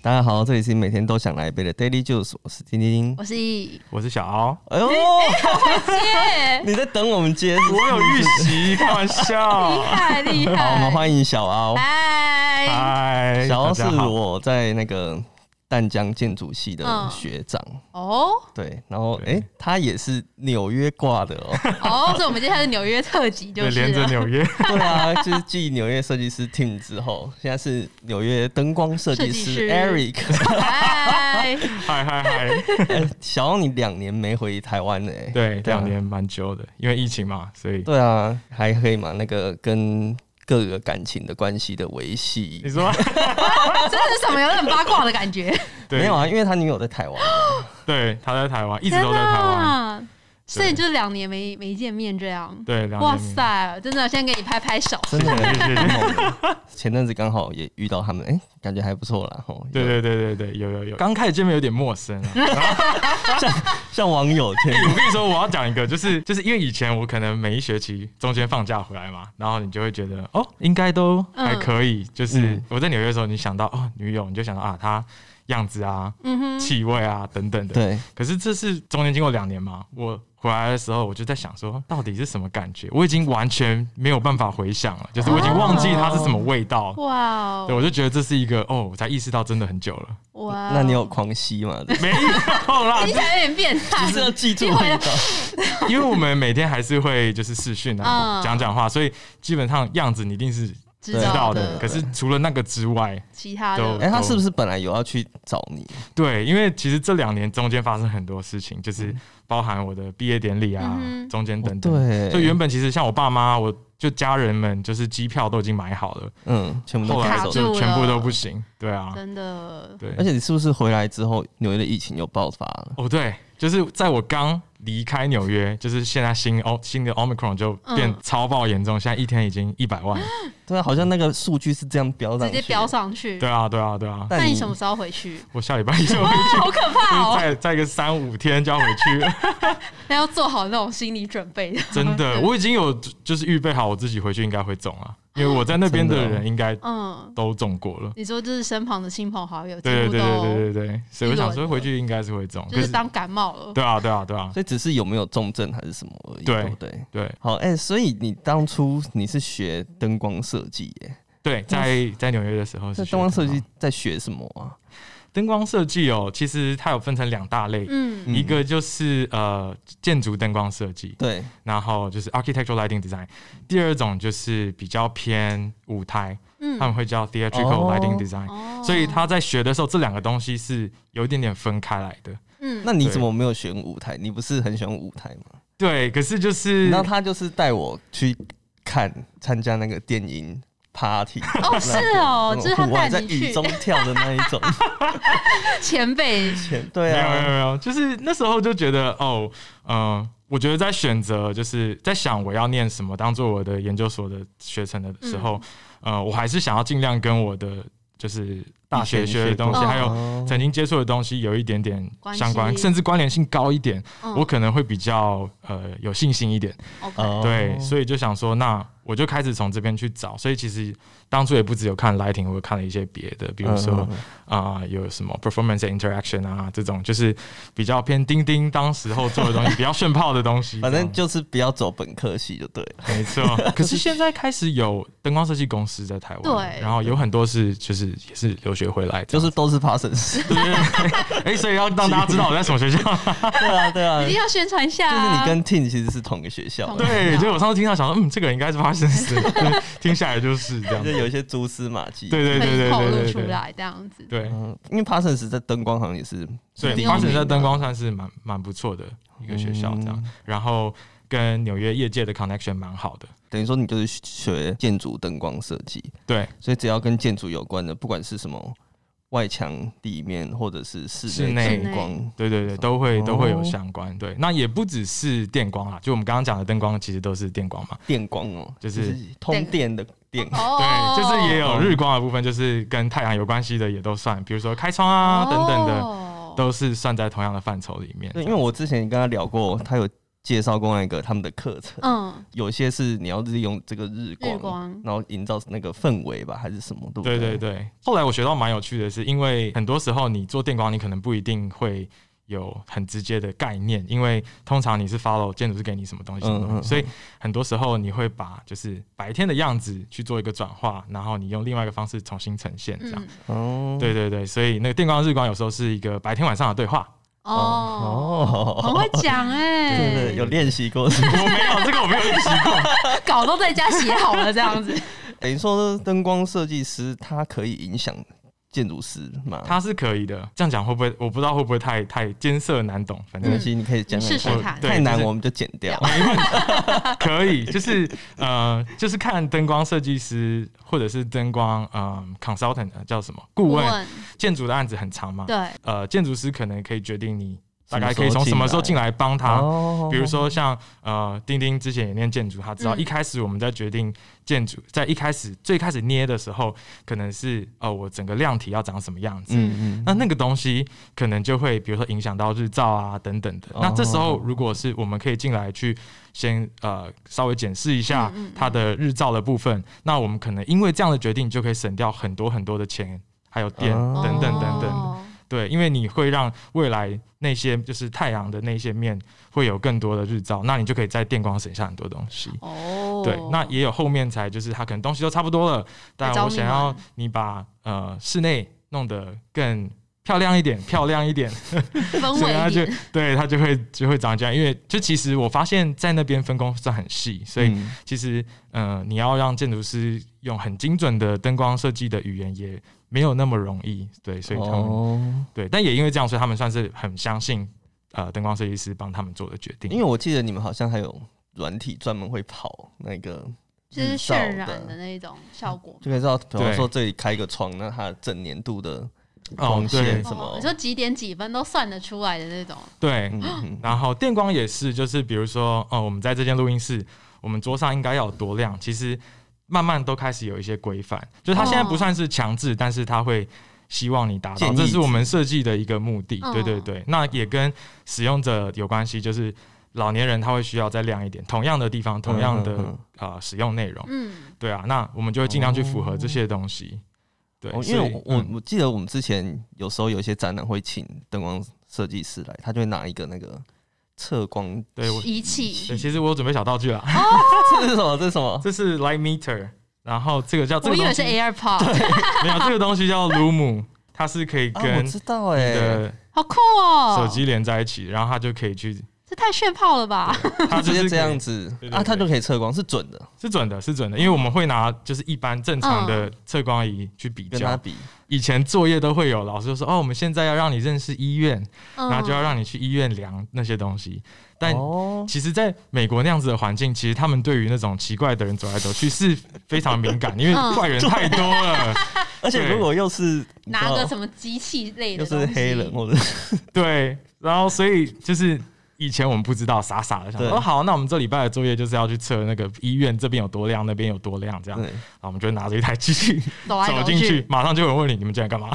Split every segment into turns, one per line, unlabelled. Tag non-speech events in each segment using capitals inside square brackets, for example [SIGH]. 大家好，这里是每天都想来一杯的 Daily Juice，我是丁丁。
[LAUGHS]
我是一
我是小敖，
哎呦，你在等我们接？
[LAUGHS] 我有预习，开玩
厉 [LAUGHS]
笑。
害厉害，
好，我们欢迎小敖。
啊
嗨，
嗨，
小
大
敖是
家好。
我在那个淡江建筑系的
嗯
学长，
哦
对，然后哎、
对
他也是纽约挂的哦、
[LAUGHS]
哦，所以我们今天是纽约特辑，就
对，
是啊
连着
了 [LAUGHS]
纽约，
对啊，就是继纽约设计师 Tim 之后，现在是纽约灯光设计
设计
师
师
Eric。 [LAUGHS]
嗨，
嗨嗨嗨！
哎小敖，你两年没回台湾了、哎
对，
啊
两年蛮久的，因为疫情嘛，所以
对啊，还可以嘛？那个跟各个感情的关系的维系
你， [LAUGHS] 说
真的是什么有点八卦的感觉，
对
没有啊？因为他女友在台
[LAUGHS]
湾啊，
对，他在台 [LAUGHS] 湾，一
一
直都在台湾，
啊所以就是两年没没见面这样，
对，两年
哇塞，真的先给你拍拍手，
真的
没见，谢谢，
很猛的前阵子刚好也遇到他们，哎、感觉还不错啦。吼，
[LAUGHS] 对
有，
对对对对，有有有，刚开始见面有点陌生啊。
像网友这
[LAUGHS] 我
样，
跟你说，我要讲一个，就是就是因为以前我可能每一学期中间放假回来嘛，然后你就会觉得哦，应该都
嗯
还可以。就是
嗯
我在纽约的时候，你想到哦女友，你就想到啊她样子啊、
嗯哼，
气味啊等等的。
对，
可是这是中间经过两年嘛，我回来的时候我就在想说，到底是什么感觉？我已经完全没有办法回想
哦
了，就是我已经忘记它是什么味道。
哇
对，
哦，
我就觉得这是一个哦，我才意识到真的很久了，
哇哦，
那你有狂吸
[LAUGHS]
吗？
没有啦
听，起来有点变态
只是，要记住
你回来
味
[LAUGHS]
道。
因为我们每天还是会就是视讯啊
嗯
讲讲话，所以基本上样子你一定是
知
知道
道
的。
的，
可是除了那个之外，
其他
哎、
的
对，
他是不是本来有要去找你？
对，因为其实这两年中间发生很多事情，就是包含我的毕业典礼啊，
嗯哼
中间等等。
哦对，
所以原本其实像我爸妈，我就家人们就是机票都已经买好了，
嗯，全部都
后
开走
来
卡。住
就全部
了
都不行。对啊，
真的，
对
而，且你是不是回来之后，纽约的疫情又爆发了？
哦对，就是在我刚离开纽约，就是现在新欧新的 Omicron 就变
嗯
超爆严重，现在一天已经一百
[GASPS]
万。
对啊，好像那个数据是这样标上
直
去，
接飙。上去。
对啊，对啊，对啊，
那
但
你
你
什么时候回去？
我下礼拜就
哇， [LAUGHS] 好可怕
[LAUGHS]
哦！
再再一个三五天就要回去
[LAUGHS]
了，
那要做好那种心理准备的。
真的，我已经有就是预备好我自己回去应该会中啊，因为我在那边
真的
的
哦
人应该
嗯，
都中过了。
你说就是身旁的亲朋好友，几
对
乎
对对对
都
对对对，所以我想说回去应该是会中，
就
可
是
是
当感冒了。
对啊对啊对啊，
所以只是有没有重症还是什么而已，
对
对不对？
对
好，哎、所以你当初你是学灯光设计耶？
对，在在纽约的时候是
这
学
灯光设计在学什么啊？
灯光设计哦，其实它有分成两大类，
嗯
嗯
一个就是呃建筑灯光设计，
对，
然后就是 architectural lighting design，第二种就是比较偏舞台，他们
嗯，
会叫 theatrical
哦
lighting design，、
哦
所以他在学的时候，这两个东西是有一点点分开来的。
嗯，
那你怎么没有选舞台？你不是很喜欢舞台吗？
对，可是
嗯
就是
然后他就是带我去看参加那个电音 party，
哦是 [LAUGHS] 哦，就是他
户外在
带你
雨
去
中跳的那一
[LAUGHS]
种。
前辈，
前对
没有没有
啊，
没有，就是那时候就觉得哦，呃，我觉得在选择就是在想我要念什么当做我的研究所的学程的时
嗯
候，呃，我还是想要尽量跟我的就是大学学的东
[LAUGHS]
以
西，
哦
前
还有
有
曾经接触的东西有一点点
关系
相关，甚至关联性高一点，
嗯
我可能会比较呃有信心一点。
呃哦
OK，
对，所以就想说，那我就开始从这边去找。所以其实当初也不只有看 lighting，我有看了一些别的，比如
嗯
说啊、有什么 performance and interaction 啊这种，就是比较偏钉钉当时候做的东西，比较炫炮的东
[LAUGHS]
西。
反正就是不要走本科系就对了。
没错。
[LAUGHS]
可是现在开始有灯光设计公司在台湾，
对
然后有很多是就是也是留学回来的，
就是都是
[LAUGHS]
passes，
对对对。哎，所以要让大家知道我在什
[LAUGHS]
么学校。
对啊对啊，
一定
[LAUGHS] 就
要宣传一下
是
啊。
你跟 Tin 其实是同个学校
同
的，
对，就我上次听到想说，嗯，这个人应该是发生死，就是听下来就是这样。
就
对
有一些蛛丝马迹。
啊对
[LAUGHS]
对
可
对
以透
对
露
对
出
对。
来这样子。
对，
嗯，因为 Parsons 在灯光好像也是
所
第
以
一
Parsons 在
名
灯
嘛
光算是蛮蛮不错的一个学校，这样，
嗯
然后跟纽约业界的 connection 蛮好的。
等于说你就是学建筑灯光设计，
对，
所以只要跟建筑有关的，不管是什么外墙、里面或者是室
室
内
内
灯光，
对对对，都会
哦
都会有相关。对，那也不只是电光啊啦，就我们刚刚讲的灯光，其实都是电光嘛。
电光哦，
就是
通电的电。
哦
对，就是也有
哦
日光的部分，就是跟太阳有关系的也都算，比如说开窗
哦
啊等等的，
的
都是算在同样的范畴里面。
对，因为我之前跟他聊过，他有介绍过那个他们的课程，
嗯，
有些是你要利用这个日光，
日光
然后营造那个氛围吧，还是什么？对不
对
对
对对，后来我学到蛮有趣的是，因为很多时候你做电光，你可能不一定会有很直接的概念，因为通常你是 follow 建筑师给你什么东西，什么东西
嗯嗯嗯
所以很多时候你会把就是白天的样子去做一个转化，然后你用另外一个方式重新呈现，这样。
嗯
哦，
对对对，所以那个电光日光有时候是一个白天晚上的对话。
哦，很
哦，
会
[LAUGHS]
讲
对对
哎
对，，有练习过。
我没有这个，我没有练习过。
稿都在家写好了这样子。
等于说灯光设计师他可以影响建筑师嘛？
它是可以的，这样讲会不会？我不知道会不会太太艰涩难懂，反
没
正
关系，你可以讲讲
试试
看，
看。
对
太难
就是
我们就剪掉。
[LAUGHS] 可以，就是呃，就是看灯光设计师或者是灯光呃 consultant 呃叫什么顾
顾
问，
问
建筑的案子很长嘛，
对，
呃，建筑师可能可以决定你
什
大
么
概可以从什么时候进
来？
来帮他。
哦
比如说像呃，丁丁之前也念建筑，他知道
嗯
一开始我们在决定建筑，在一开始最开始捏的时候，可能是哦、我整个量体要长什么样子，
嗯嗯，
那那个东西可能就会，比如说影响到日照啊等等的。
哦
那这时候如果是我们可以进来去先呃稍微检视一下
嗯嗯嗯
它的日照的部分，那我们可能因为这样的决定就可以省掉很多很多的钱，还有电
哦
等等等等。
哦
对，因为你会让未来那些就是太阳的那些面会有更多的日照，那你就可以在电光省下很多东西。
哦，
对，那也有后面才就是他可能东西都差不多了，但
来找
我
你
想要
玩
你把呃室内弄得更漂亮一点，漂亮
[LAUGHS]
一点，
氛
所以他
围一
就
点
[LAUGHS] 对他就会就会长这样。因为就其实我发现，在那边分工算很细，所以
嗯
其实呃你要让建筑师用很精准的灯光设计的语言也没有那么容易。对，所以他们、
哦，
对，但也因为这样，所以他们算是很相信呃灯光设计师帮他们做的决定。
因为我记得你们好像还有软体专门会跑那个
就是
嗯
日照
渲染的
的，
那一种效果。
就可以知道，比方
对
说这里开一个窗，那它整年度的
哦
光，
对
线什么
哦你，说几点几分都算得出来的那种，
对，
嗯嗯
然后电光也是，就是比如说，呃，我们在这间录音室，我们桌上应该要有多亮，其实慢慢都开始有一些规范，就是它现在不算是强制，但是它会希望你达到，
建议
这是我们设计的一个目的。
嗯
对对对，那也跟使用者有关系，就是老年人他会需要再亮一点，同样的地方，同样的、
嗯嗯
呃使用内容，
嗯，
对啊，那我们就会尽量去符合这些东西。对，
哦因
所以
为我我
嗯
我记得我们之前有时候有一些展览会请灯光设计师来，他就会拿一个那个测光，
对我
仪器，
对其实我有准备小道具啦，
[LAUGHS] 这是什么？这是什么？
[LAUGHS] 这是 light meter，然后这个叫这
我
个
以为
东
是
西 [LAUGHS]
AirPod，
没有，这个东西叫 Lumu，它是可以
啊，
跟
我知道
你
哎、
的
好酷哦！
手机连在一起，然后它就可以去，
这太炫炮了吧？
它
哦直
就
接
是
这样子
对对
啊，它
对
就可以测光，是准的，
是准的，是准的，因为我们会拿就是一般正常的测光仪去比
嗯跟它
较。
比。
以前作业都会有老师就说哦，我们现在要让你认识医院，
嗯
然后就要让你去医院量那些东西。但
哦，
其实，在美国那样子的环境，其实他们对于那种奇怪的人走来走去是非常敏感，因为
嗯
怪人太多了。
而且
对
如果又是
拿个什
么，
么机器类
又
的，
是黑人，或者
对，然后所以就是以前我们不知道，傻傻的想
对
说哦好，那我们这礼拜的作业就是要去测那个医院这边有多亮，那边有多亮这样，然
对，
后我们就拿着一台机器
走来
走
走
进去
去，，
马上就有人问你你们进来干嘛？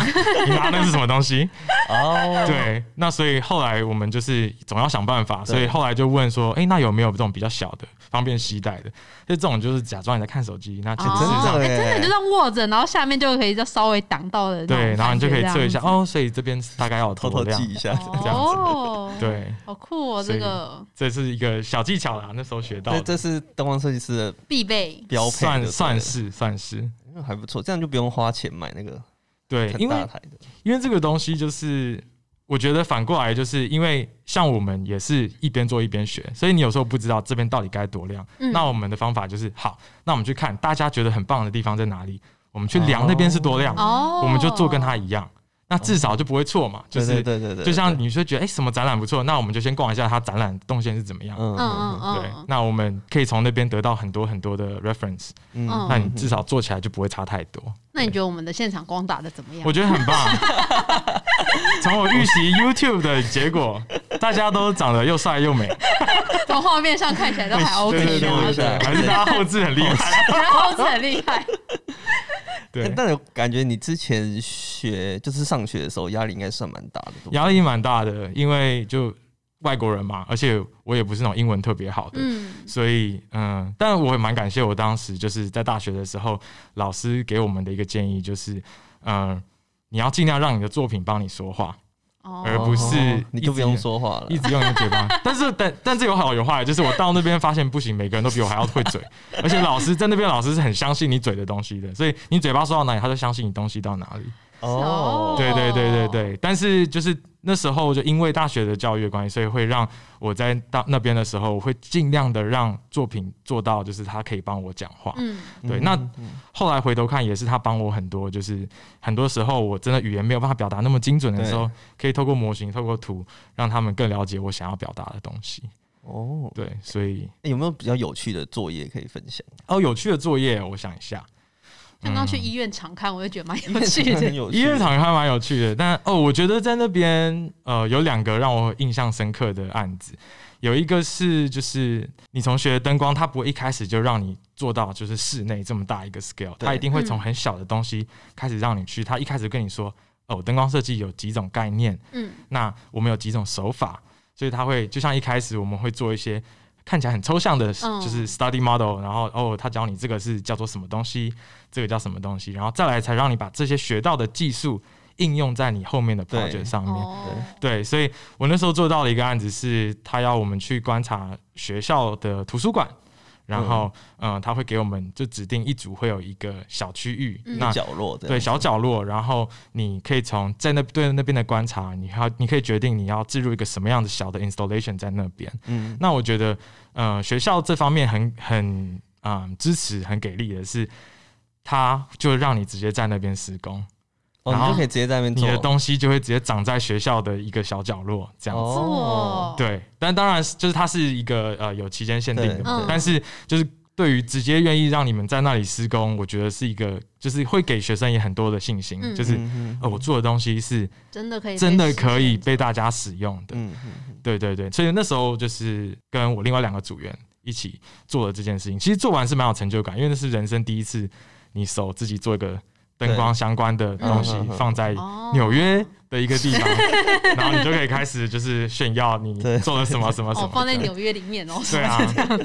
你拿那是什么东西？
哦，
对，那所以后来我们就是总要想办法，
对
所以后来就问说，哎，那有没有这种比较小的，方便携带的？就这种就是假装你在看手机，那其实
真
是
的
这样。
哎
耶
真的就这样握着，然后下面就可以就稍微挡到的那种
对，然后你就可以测一下
感觉
哦，所以这边大概要有
偷
多
偷
亮
记？一下
这。样子，
[LAUGHS] 这样子
哦，，
对，
好酷哦，
所以
这个
这是一个小技巧啦，那时候学到
这
的。
这是灯光设计师的
必备，
标配就对
算
了，
算是算是
还不错，这样就不用花钱买那个
对，
很
因
大
为
台的。
因为这个东西就是。我觉得反过来就是因为像我们也是一边做一边学，所以你有时候不知道这边到底该多亮。
嗯
那我们的方法就是好，那我们去看大家觉得很棒的地方在哪里，我们去
哦
量那边是多亮，
哦，
我们就做跟他一样，那至少就不会错嘛。就是
对对对对对，
就像
对
你会觉得哎、诶什么展览不错，那我们就先逛一下它展览动线是怎么样。
嗯
嗯
嗯
对
嗯，
那我们可以从那边得到很多很多的 reference，、
嗯
嗯
那你至少做起来就不会差太多。
那你觉得我们的现场光打的怎么样
我？觉得很棒。
[LAUGHS]
从我预习 YouTube 的结果，大家都长得又帅
[LAUGHS]
又美，
从画面上看起来都还啊 OK 哦
对对
的啊，
对
对对，还是大家后置很厉
[LAUGHS]
害。
然后是很厉害，
欸
对，
但我感觉你之前学就是上学的时候压力应该算蛮大的，对不对
压力蛮大的，因为就外国人嘛，而且我也不是那种英文特别好的，
嗯，
所以，嗯，但我也蛮感谢我当时就是在大学的时候，老师给我们的一个建议就是，嗯，你要尽量让你的作品帮你说话，
哦，
[LAUGHS] 而不是
你就不用说话了
一。直用你的嘴巴。但是，但但这有好有坏，就是我到那边发现不行，每个人都比我还要会嘴，而且老师在那边老师是很相信你嘴的东西的，所以你嘴巴说到哪里，他就相信你东西到哪里。
哦
对对对对对，但是就是那时候就因为大学的教育的关系，所以会让我在到那边的时候，我会尽量的让作品做到，就是他可以帮我讲话。
嗯，
对
嗯
那
嗯
后来回头看，也是他帮我很多，就是很多时候我真的语言没有办法表达那么精准的时候，可以透过模型、透过图，让他们更了解我想要表达的东西。
哦、
对，所以
欸有没有比较有趣的作业可以分享？
哦，有趣的作业，我想一下，
刚刚去
嗯
医院常看，我就
[LAUGHS]
觉得蛮有
[LAUGHS]
趣
很
的。
有趣。
音乐场还蛮有趣的，但哦，我觉得在那边呃有两个让我印象深刻的案子，有一个是就是你从学灯光，它不会一开始就让你做到就是室内这么大一个 scale，
对
它一定会从
嗯
很小的东西开始让你去，它一开始跟你说哦，灯光设计有几种概念，
嗯，
那我们有几种手法，所以它会就像一开始我们会做一些看起来很抽象的，
嗯
就是 study model，然后哦，他教你这个是叫做什么东西，这个叫什么东西，然后再来才让你把这些学到的技术应用在你后面的
对
project 上面。
哦，
对，所以我那时候做到了一个案子是，他要我们去观察学校的图书馆。然后，嗯、他会给我们就指定一组会有一个小区域，
嗯
那
角落的
对小角落，然后你可以从在那对那边的观察，你要你可以决定你要置入一个什么样的小的 installation 在那边。
嗯，
那我觉得，呃，学校这方面很很啊、嗯支持很给力的是，它就让你直接在那边施工，
哦，
然
你
后
就可以直接在那边
你
做
的东西就会直接长在学校的一个小角落这样子。
哦，
对，但当然是就是它是一个呃有期间限定
对
的，
嗯
但是就是对于直接愿意让你们在那里施工，我觉得是一个就是会给学生也很多的信心，
嗯
就是。
嗯
呃，我做的东西是
真的可以，
真的可以，被大家使用的，
嗯嗯
对对对，所以那时候就是跟我另外两个组员一起做了这件事情，其实做完是蛮有成就感，因为那是人生第一次你手自己做一个灯光相关的东西
嗯嗯嗯
放在
哦，
纽约啊的一个地
[LAUGHS]
方，然后你就可以开始就是炫耀你
对
做了什么什么什么
哦，放在
的
纽约里面哦，
[LAUGHS] 对啊，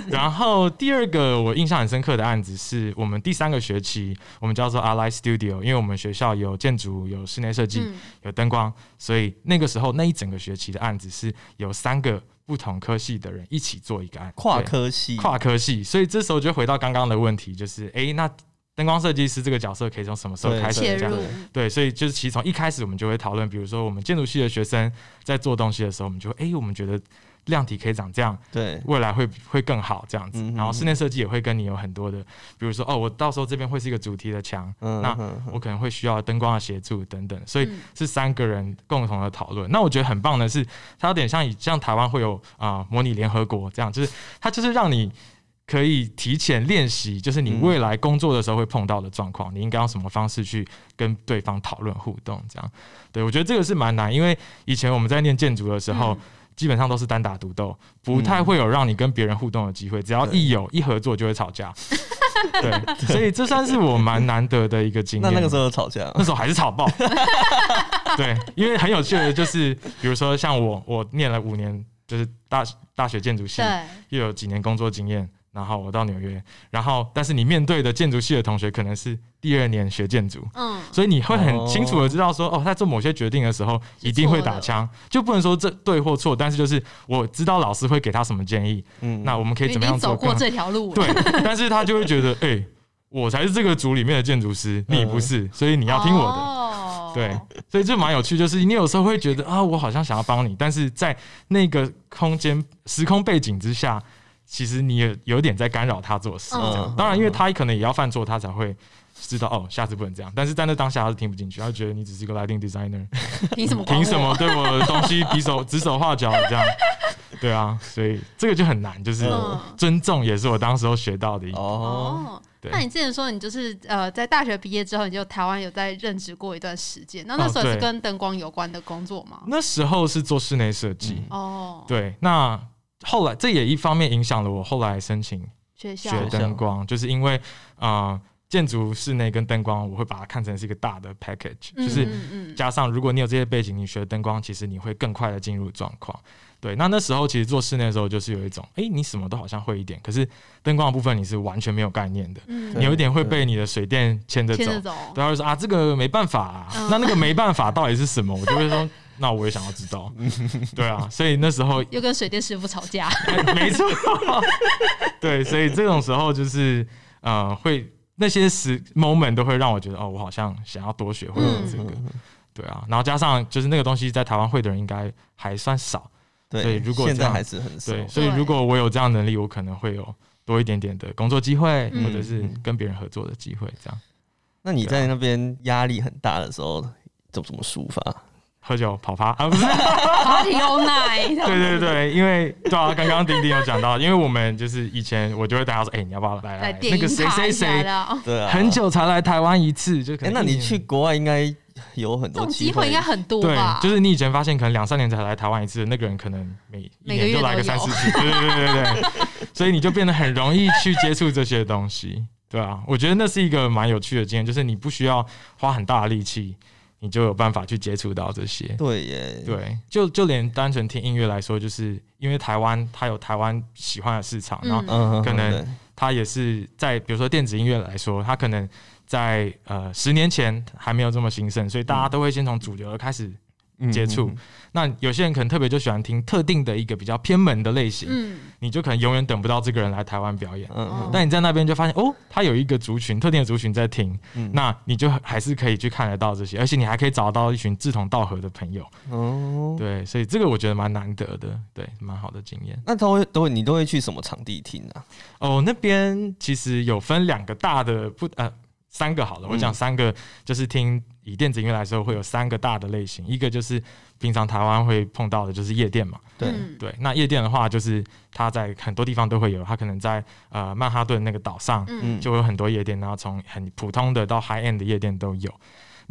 然后第二个我印象很深刻的案子是我们第三个学期，我们叫做 Ally Studio，因为我们学校有建筑、有室内设计、
嗯，
有灯光，所以那个时候那一整个学期的案子是有三个不同科系的人一起做一个案，
跨
对
科系，
跨科系，所以这时候就回到刚刚的问题，就是诶，那灯光设计师这个角色可以从什么时候
对
开始
切
这样
入？
对，所以就是其实从一开始我们就会讨论，比如说我们建筑系的学生在做东西的时候，我们就诶，我们觉得量体可以长这样，
对，
未来会会更好这样子
嗯。哼
然后室内设计也会跟你有很多的，比如说哦，我到时候这边会是一个主题的墙，
嗯，
那
嗯嗯
我可能会需要灯光的协助等等，所以
嗯
是三个人共同的讨论。那我觉得很棒的是，它有点像以像台湾会有啊、模拟联合国这样，就是它就是让你可以提前练习，就是你
嗯
未来工作的时候会碰到的状况，你应该用什么方式去跟对方讨论互动这样。对我觉得这个是蛮难，因为以前我们在念建筑的时候。
嗯
基本上都是单打独斗，不太
嗯
会有让你跟别人互动的机会。只要
对
一有一合作就会吵架，对，所以这算是我蛮难得的一个经
那
验。
那个时候有吵架
[LAUGHS]
吗，
那时候还是吵爆。对，因为很有趣的就是，比如说像我，我念了五年，就是大大学建筑系，
对，
又有几年工作经验，然后我到纽约，然后但是你面对的建筑系的同学可能是第二年学建筑。
嗯，
所以你会很清楚的知道说，哦，他做某些决定的时候一定会打枪，就不能说这对或错，但是就是我知道老师会给他什么建议，
嗯
那我们可以
因为
怎么
你
样做
走
更
过
好。
这条路了，
对，但是他就会觉得，哎、我才是这个组里面的建筑师，你不是，所以你
你
要听我的。
的
对，所以这蛮有趣，就是你有时候会觉得啊，我好像想要帮你，但是在那个空间、时空背景之下，其实你也有点在干扰他做事。
嗯
这样当然，因为他可能也要犯错，他才会知道哦，下次不能这样。但是在那当下，他是听不进去，他觉得你只是一个
[LAUGHS]
lighting designer，
凭什么？
[LAUGHS] 凭什？么对我的东西比手指手画脚这样？对啊，所以这个就很难，就是
嗯
尊重也是我当时候学到的一。
哦，
哦，
对
那你之前说你就是呃，在大学毕业之后，你就台湾有在任职过一段时间，那那时候也
哦对
是跟灯光有关的工作吗？
那时候是做室内设计，
嗯
哦，，
对，那后来这也一方面影响了我后来申请
学校
学灯光，就是因为啊、呃建筑室内跟灯光，我会把它看成是一个大的 package，
嗯
就是
嗯嗯
加上如果你有这些背景，你学灯光，其实你会更快的进入状况。对，那那时候其实做室内的时候，就是有一种，诶，你什么都好像会一点，可是灯光的部分你是完全没有概念的，
嗯
你有一点会
对
被你的水电牵着
牵
走
着。走，
对，他就说啊，这个没办法啊，
嗯
那那个没办法到底是什么？我就会说，那我也想要知
[LAUGHS]
道。对啊，所以那时候
又跟水电师傅吵
[LAUGHS]
架。
没错，对，所以这种时候就是呃，会那些时 moment 都会让我觉得哦，我好像想要多学会
嗯
这个，对啊，然后加上就是那个东西在台湾会的人应该还算少，所以
对，
如果
现
这
在
样
还是很少，
对，所以
对
如果我有这样的能力，我可能会有多一点点的工作机会，
嗯
或者是
嗯
跟别人合作的机会，这样
那你
对啊
在那边压力很大的时候，怎么怎么抒发？
喝酒跑趴啊，不是。
party all night，
对对对，因为对啊，刚刚丁丁有讲到，因为我们就是以前我就会大家说，哎、你要不要来
来
来
电
那
影
个谁
塔
谁
一下
谁
的啊，
对啊，
很。久才来台湾一次，就可
哎、
能、
那你去。国外应该有很
这
多啊
种机会应啊该很多
对
吧，？
就是你以前发现可能两三年才来台湾一次，那个人可能每一
每个
年就
月
来
都
个三
有
四次，对对对对对，
[LAUGHS]
所以你就变得很容易去接触这些东西，对啊，我觉得那是一个蛮有趣的经验，就是你不需要花很大的力气，你就有办法去接触到这些。
对耶，
对，就就连单纯听音乐来说，就是因为台湾它有台湾喜欢的市场，然后
嗯
嗯，嗯，
可能
对
它也是在比如说电子音乐来说，它可能在呃十年前还没有这么兴盛，所以大家都会先从主流的开始。
嗯
接触
嗯嗯
那有些人可能特别就喜欢听特定的一个比较偏门的类型，
嗯，
你就可能永远等不到这个人来台湾表演。
嗯嗯
哦
但你在那边就发现哦，他有一个族群特定的族群在听，
嗯
那你就还是可以去看得到这些，而且你还可以找到一群志同道合的朋友。
哦，
对，所以这个我觉得蛮难得的，对，蛮好的经验。
那都会都会你都会去什么场地听啊？
哦，那边其实有分两个大的不呃三个好了，我
嗯
讲三个，就是听以电子音乐来说会有三个大的类型，一个就是平常台湾会碰到的就是夜店嘛，
对，
嗯
对，那夜店的话就是它在很多地方都会有，它可能在呃曼哈顿那个岛上
嗯
就会有很多夜店，然后从很普通的到 high end 的夜店都有。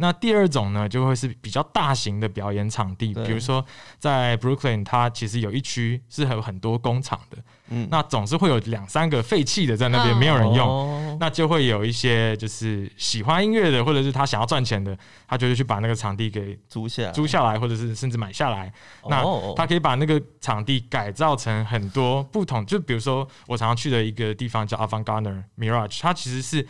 那第二种呢，就会是比较大型的表演场地，
对
比如说在 Brooklyn，它其实有一区是有很多工厂的，
嗯
那总是会有两三个废弃的在那边
嗯
没有人用，
用，
那就会有一些就是喜欢音乐的，或者是他想要赚钱的，他就会去把那个场地给
租下来
租下来，或者是甚至买下来。那
哦
他可以把那个场地改造成很多不同，就比如说我常常去的一个地方叫 Avant Garden Mirage，它其实是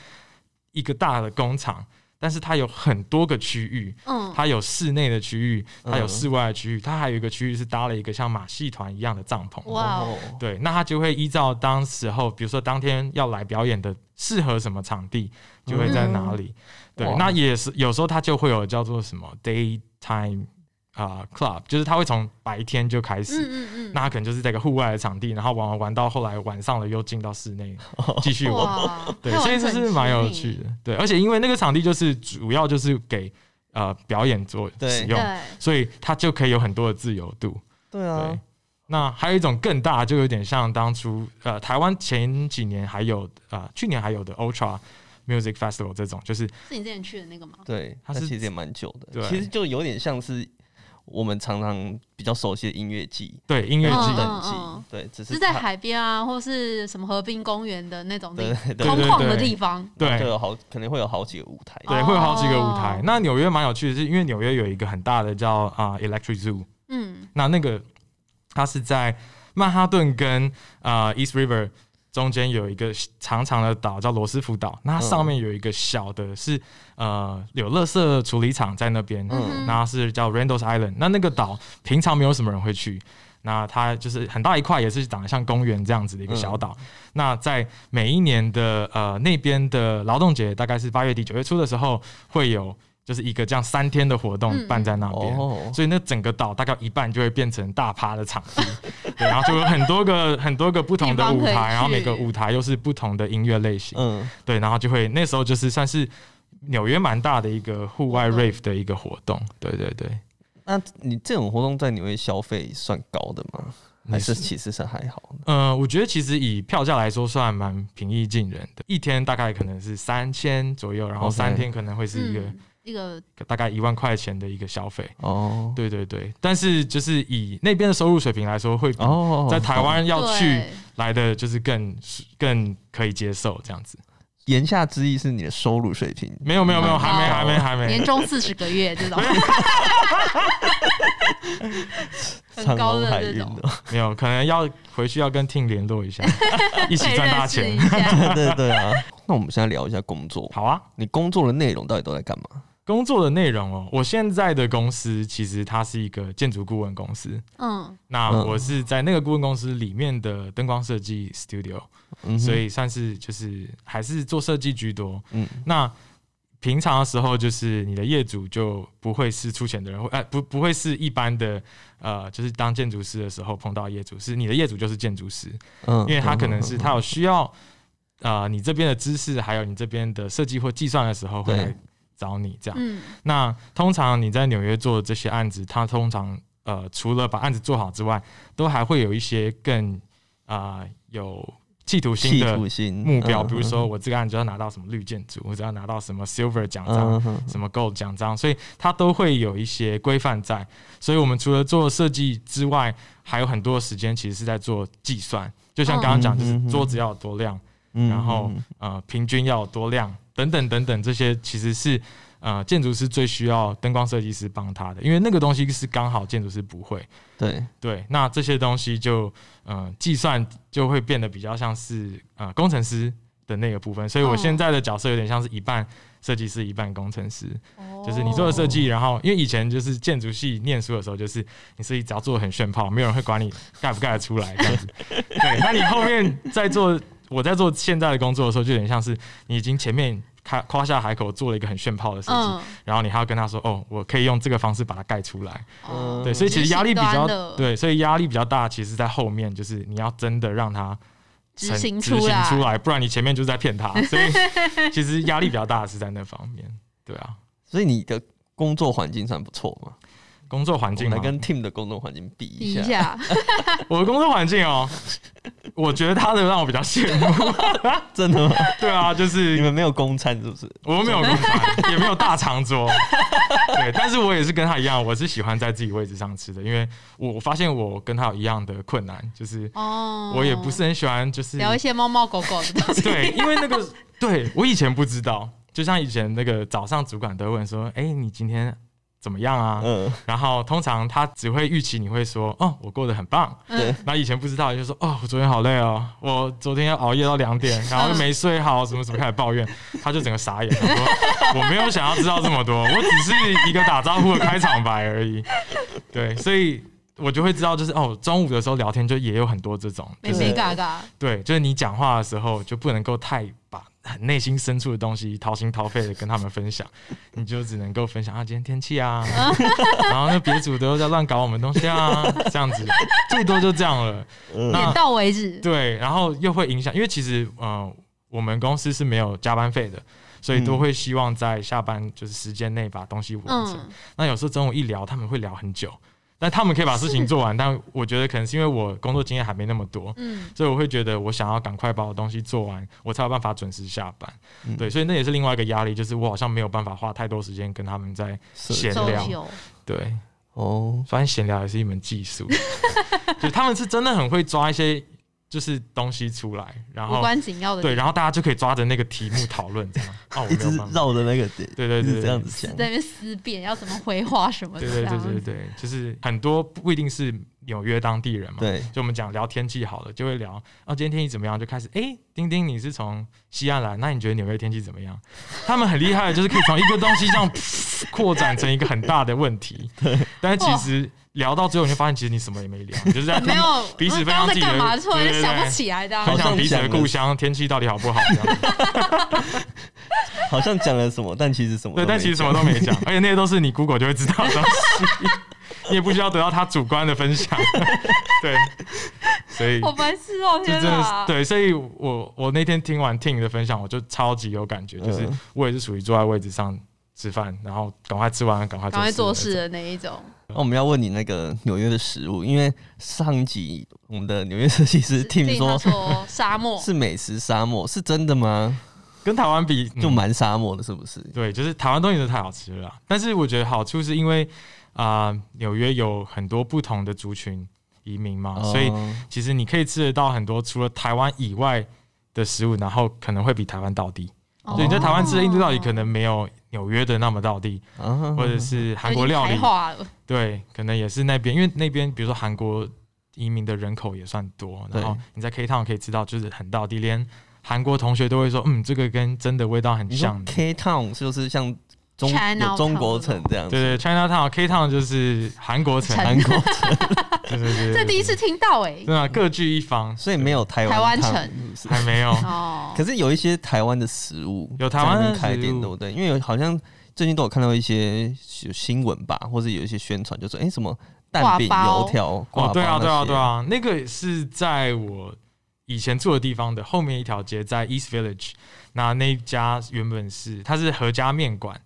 一个大的工厂，但是它有很多个区域，
嗯，
它有室内的区域，
嗯
它有室外的区域，它还有一个区域是搭了一个像马戏团一样的帐篷。
哇哦
哦
对，那他就会依照当时候，比如说当天要来表演的适合什么场地，就会在哪
嗯
里。对
哇，
那也是有时候他就会有叫做什么 daytime 啊、club，就是他会从白天就开始。
嗯嗯嗯，
那他可能就是在一个户外的场地，然后玩玩玩到后来晚上了又进到室内继续玩，
哦哇，
[LAUGHS] 对，
太
所以
完
这
整
是蛮有趣
了
的，对，而且因为那个场地就是主要就是给呃表演做
对
使
对
用，所以它就可以有很多的自由度，
对
对
嗯
啊，，
那还有一种更大，就有点像当初呃，台湾前几年还有啊、呃去年还有的 Ultra Music Festival 这种，就是
是你之前去的那个吗？
对，
它
它
是
其实也蛮久的，
对
其实就有点像是我们常常比较熟悉的音乐季、
对音乐
嗯
季，
等季
嗯嗯，
对，只是
是在
它
海边啊，或是什么河滨公园的那种地
对对对
空旷
对
的
对
地方。
就
对
有好可能会有好几个舞台，
对，会有好几个舞台
哦。
那纽约蛮有趣的是，因为纽约有一个很大的叫啊、呃 Electric Zoo，
嗯，
那那个它是在曼哈顿跟啊、呃 East River 中间有一个长长的岛叫罗斯福岛，那它上面有一个小的是呃有垃圾处理厂在那边，
嗯
那是叫 Randall's Island。那那个岛平常没有什么人会去，那它就是很大一块，也是长得像公园这样子的一个小岛。那在每一年的呃那边的劳动节，大概是八月底九月初的时候，会有就是一个这样三天的活
嗯
动办在那边。
哦，
所以那整个岛大概一半就会变成大趴的场地， [LAUGHS] 对，然后就有很多个很多个不同的舞
地方可以
台，
去
然后每个舞台又是不同的音乐类型，
嗯，
对，然后就会那时候就是算是纽约蛮大的一个户外
活动
rave 的一个活动，对对对，
那你这种活动在纽约消费算高的吗？还是其实是还好呢？
呃，我觉得其实以票价来说算蛮平易近人的，一天大概可能是三千左右，然后
OK
三天可能会是一
嗯一个
个大概一万块钱的一个消费，
哦，
对对对，但是就是以那边的收入水平来说，会比
哦，
在台湾要去
对
来的就是更更可以接受这样子，
言下之意是你的收入水平
没有没有
嗯
没有，还没还没还
年
没，
终四十个月
[LAUGHS]
这种，很
长
高
龙海
的
运
这种，
的，
没有，可能要回去要跟 Tim 联络一下，一起
被
赚大
认识
钱
一。
[LAUGHS]
下。
对对对啊。那我们现在聊一下工作，
好啊，
你工作的内容到底都在干嘛？
工作的内容哦，我现在的公司其实它是一个建筑顾问公司， [LAUGHS]
嗯，
那
嗯
我是在那个顾问公司里面的灯光设计 studio，、
嗯哼，
所以算是就是还是做设计居多。
嗯
那平常的时候，就是你的业主就不会是出钱的人，或呃不不会是一般的呃，就是当建筑师的时候碰到业主，是你的业主就是建筑师，
嗯，
因为他可能是
嗯
他有需要呃你这边的知识，还有你这边的设计或计算的时候会
对
来找你这样。
嗯，
那通常你在纽约做的这些案子，它通常呃除了把案子做好之外，都还会有一些更啊、呃有企图心
企
的
图心嗯
目标，比如说我这个案子要拿到什么绿建筑，我只要拿到什么 silver 奖章。
嗯哼
什么 gold 奖章，所以它都会有一些规范在。所以我们除了做设计之外，还有很多时间其实是在做计算。就像刚刚讲，
嗯
就是
嗯嗯
桌子要有多亮，
嗯
然后
嗯
呃，平均要有多亮，等等等等，这些其实是呃建筑师最需要灯光设计师帮他的，因为那个东西是刚好建筑师不会。
对，
对，那这些东西就呃计算就会变得比较像是呃工程师的那个部分，所以我
哦
现在的角色有点像是一半设计师，一半工程师。就是你做的
哦
设计，然后因为以前就是建筑系念书的时候，就是你设计只要做的很炫炮，没有人会管你盖不盖得出来这样子。对，那你后面在做我在做现在的工作的时候，就有点像是你已经前面开夸下海口做了一个很炫炮的设计，
嗯，
然后你还要跟他说哦，我可以用这个方式把它盖出来。
哦
对，所以其实压力比
执行
较
端的
对，所以压力比较大，其实在后面就是你要真的让它
执
成
行
执
出
行
来
出来，不然你前面就是在
[LAUGHS]
骗他。所以其实压力比较大是在那方面，对啊。
所以你的工作环境算不错嘛？
工作环
我
境
们
吗
来？跟 Team 的工作环境比
比
一
一
下。
下，
我的工作环境哦，我觉得他的让我比较羡慕。
真的吗？
对啊，就
你
是
们没有公餐是不是？
我没有工作，也没有大长桌。对，但是我也是跟他一样，我是喜欢在自己位置上吃的，因为我我发现我跟他有一样的困难，就是
哦，
我也不是很喜欢，就是
聊一些猫猫狗狗的东西，
[LAUGHS] 对，因为那个对我以前不知道，就像以前那个早上主管都会问说：“哎、你今天怎么样啊？”
嗯，
然后通常他只会预期你会说：“哦，我过得很棒。”
对
嗯，
那以前不知道，就说哦，我昨天好累哦，我昨天要熬夜到两点，然后又没睡好，什么什么开始抱怨，他就整个傻眼，他说我没有想要知道这么多，我只是一个打招呼的开场白而已。对，所以我就会知道，就是哦，中午的时候聊天就也有很多这种，
美
就
美
是
嘎嘎，
对，就是你讲话的时候就不能够太把很内心深处的东西掏心掏肺的跟他们分享，你就只能够分享啊今天天气啊，然后那别组都在乱搞我们东西啊，这样子最多就这样了。
嗯
那
点到为止，
对，然后又会影响，因为其实呃，我们公司是没有加班费的，所以都会希望在下班就是时间内把东西完成。
嗯，
那有时候中午一聊，他们会聊很久，但他们可以把事情做完，但我觉得可能是因为我工作经验还没那么多。
嗯，
所以我会觉得，我想要赶快把我东西做完，我才有办法准时下班。
嗯
对，所以那也是另外一个压力，就是我好像没有办法花太多时间跟他们在
是
闲
周
聊。
休，
对，
哦，
发现闲聊也是一门技术，就他们是真的很会抓一些就是东西出来，然
无
后
关紧要的
对，
点，
然后大家就可以抓着那个题目讨论这样。哦，我
一
没
[LAUGHS]
有
直
办法。
绕着那个点，
对对
一直
对
这样
对
子讲。
在那边思辨要怎么回话什么的，
对对
这
对
样
对对，就是很多不一定是纽约当地人嘛。
对，
就我们讲聊天气好了，就会聊哦，今天天气怎么样？就开始哎、丁丁你是从西安来，那你觉得纽约天气怎么样？他们很厉害，就是可以从一个东西这样扩展成一个很大的问题。但是其实聊到最后，你会发现其实你什么也没聊，你就是在听
没有
彼此分
刚
享
刚在
自己的
干嘛？突然
对
就
对
想不
对
起来的啊，
分享彼此的故乡，天气到底好不好？这样
好像讲了什么，但其实什么都没讲
对，但其实什么都没讲，而且那些都是你 Google 就会知道的东西，你也不需要得到他主观的分享。对，所以
好白痴
[LAUGHS]
哦，
这
天
真的是
哪！
对，所以我我那天听完 Ting 的分享，我就超级有感觉，就是
嗯
我也是属于坐在位置上吃饭，然后赶快吃完，赶快
赶快做
做
事
的
的那一种，
那哦我们要问你那个纽约的食物，因为上一集我们的纽约设计师 Tim
听他
说
说沙
[LAUGHS]
漠，
是美食沙漠，是真的吗？
那种，跟台湾比
就
嗯
蛮沙漠的，是不是？
对，就是台湾东西都太好吃了啦，但是我觉得好处是因为啊，纽、约有很多不同的族群移民嘛，所以
哦
其实你可以吃得到很多除了台湾以外的食物，然后可能会比台湾到地。
哦
所以你在台湾吃的印度料理可能没有纽约的那么到地，
啊
或者是韩国料
有
理
点台，化了，
对，可能也是那边，因为那边比如说韩国移民的人口也算多，
对
然后你在 K Town 可以吃到就是很到地，连韩国同学都会说，嗯，这个跟真的味道很
你说
像。
K Town 就是像中
China
有中国城这样
对
子，
对，China Town K Town 就是韩国城，
城
韩国城，
对对对，
这第一次听到哎、
对啊，各据一方，
所以没有台
台湾
湾 town
城
是不是
还没有
哦，
可是有一些台湾的食物
有台湾的
在那边开
食
店，
物
对不对？因为有好像最近都有看到一些新闻吧，或者有一些宣传，就说哎、诶什么蛋饼、
挂包
油条、 [LAUGHS] 挂
哦
包，
对啊，
那
对啊，
些
对，啊，那个是在我以前住的地方的后面一条街，在 East Village。那那一家原本是它是何家面馆，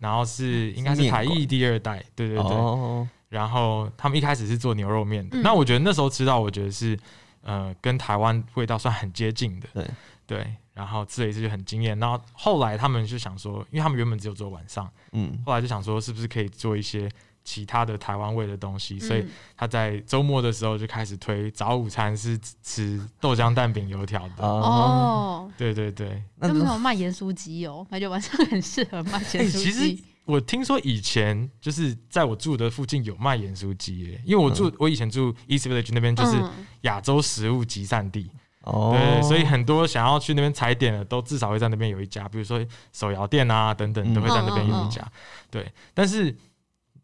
然后是应该
嗯
是
面
台
馆
艺第二代，对对啊对。
哦，
然后他们一开始是做牛肉面的，
嗯
那我觉得那时候吃到，我觉得是呃跟台湾味道算很接近的，
对
对。然后吃了一次就很惊艳，然后后来他们就想说，因为他们原本只有做晚上，
嗯，
后来就想说是不是可以做一些其他的台湾味的东西，所以
嗯
他在周末的时候就开始推早午餐是吃豆浆蛋饼油条的。
哦，
哦，
对对对，
那
都没
种
有卖盐酥鸡哦，感觉晚上很适合卖
哎、
盐酥
其实
鸡。
我听说以前就是在我住的附近有卖盐酥鸡耶，因为我住、我以前住 East Village 那边就是
嗯
亚洲食物集散地，
哦，
对，所以很多想要去那边踩点的都至少会在那边有一家，比如说手摇店啊等等
嗯
都会在那边有一家。对，但是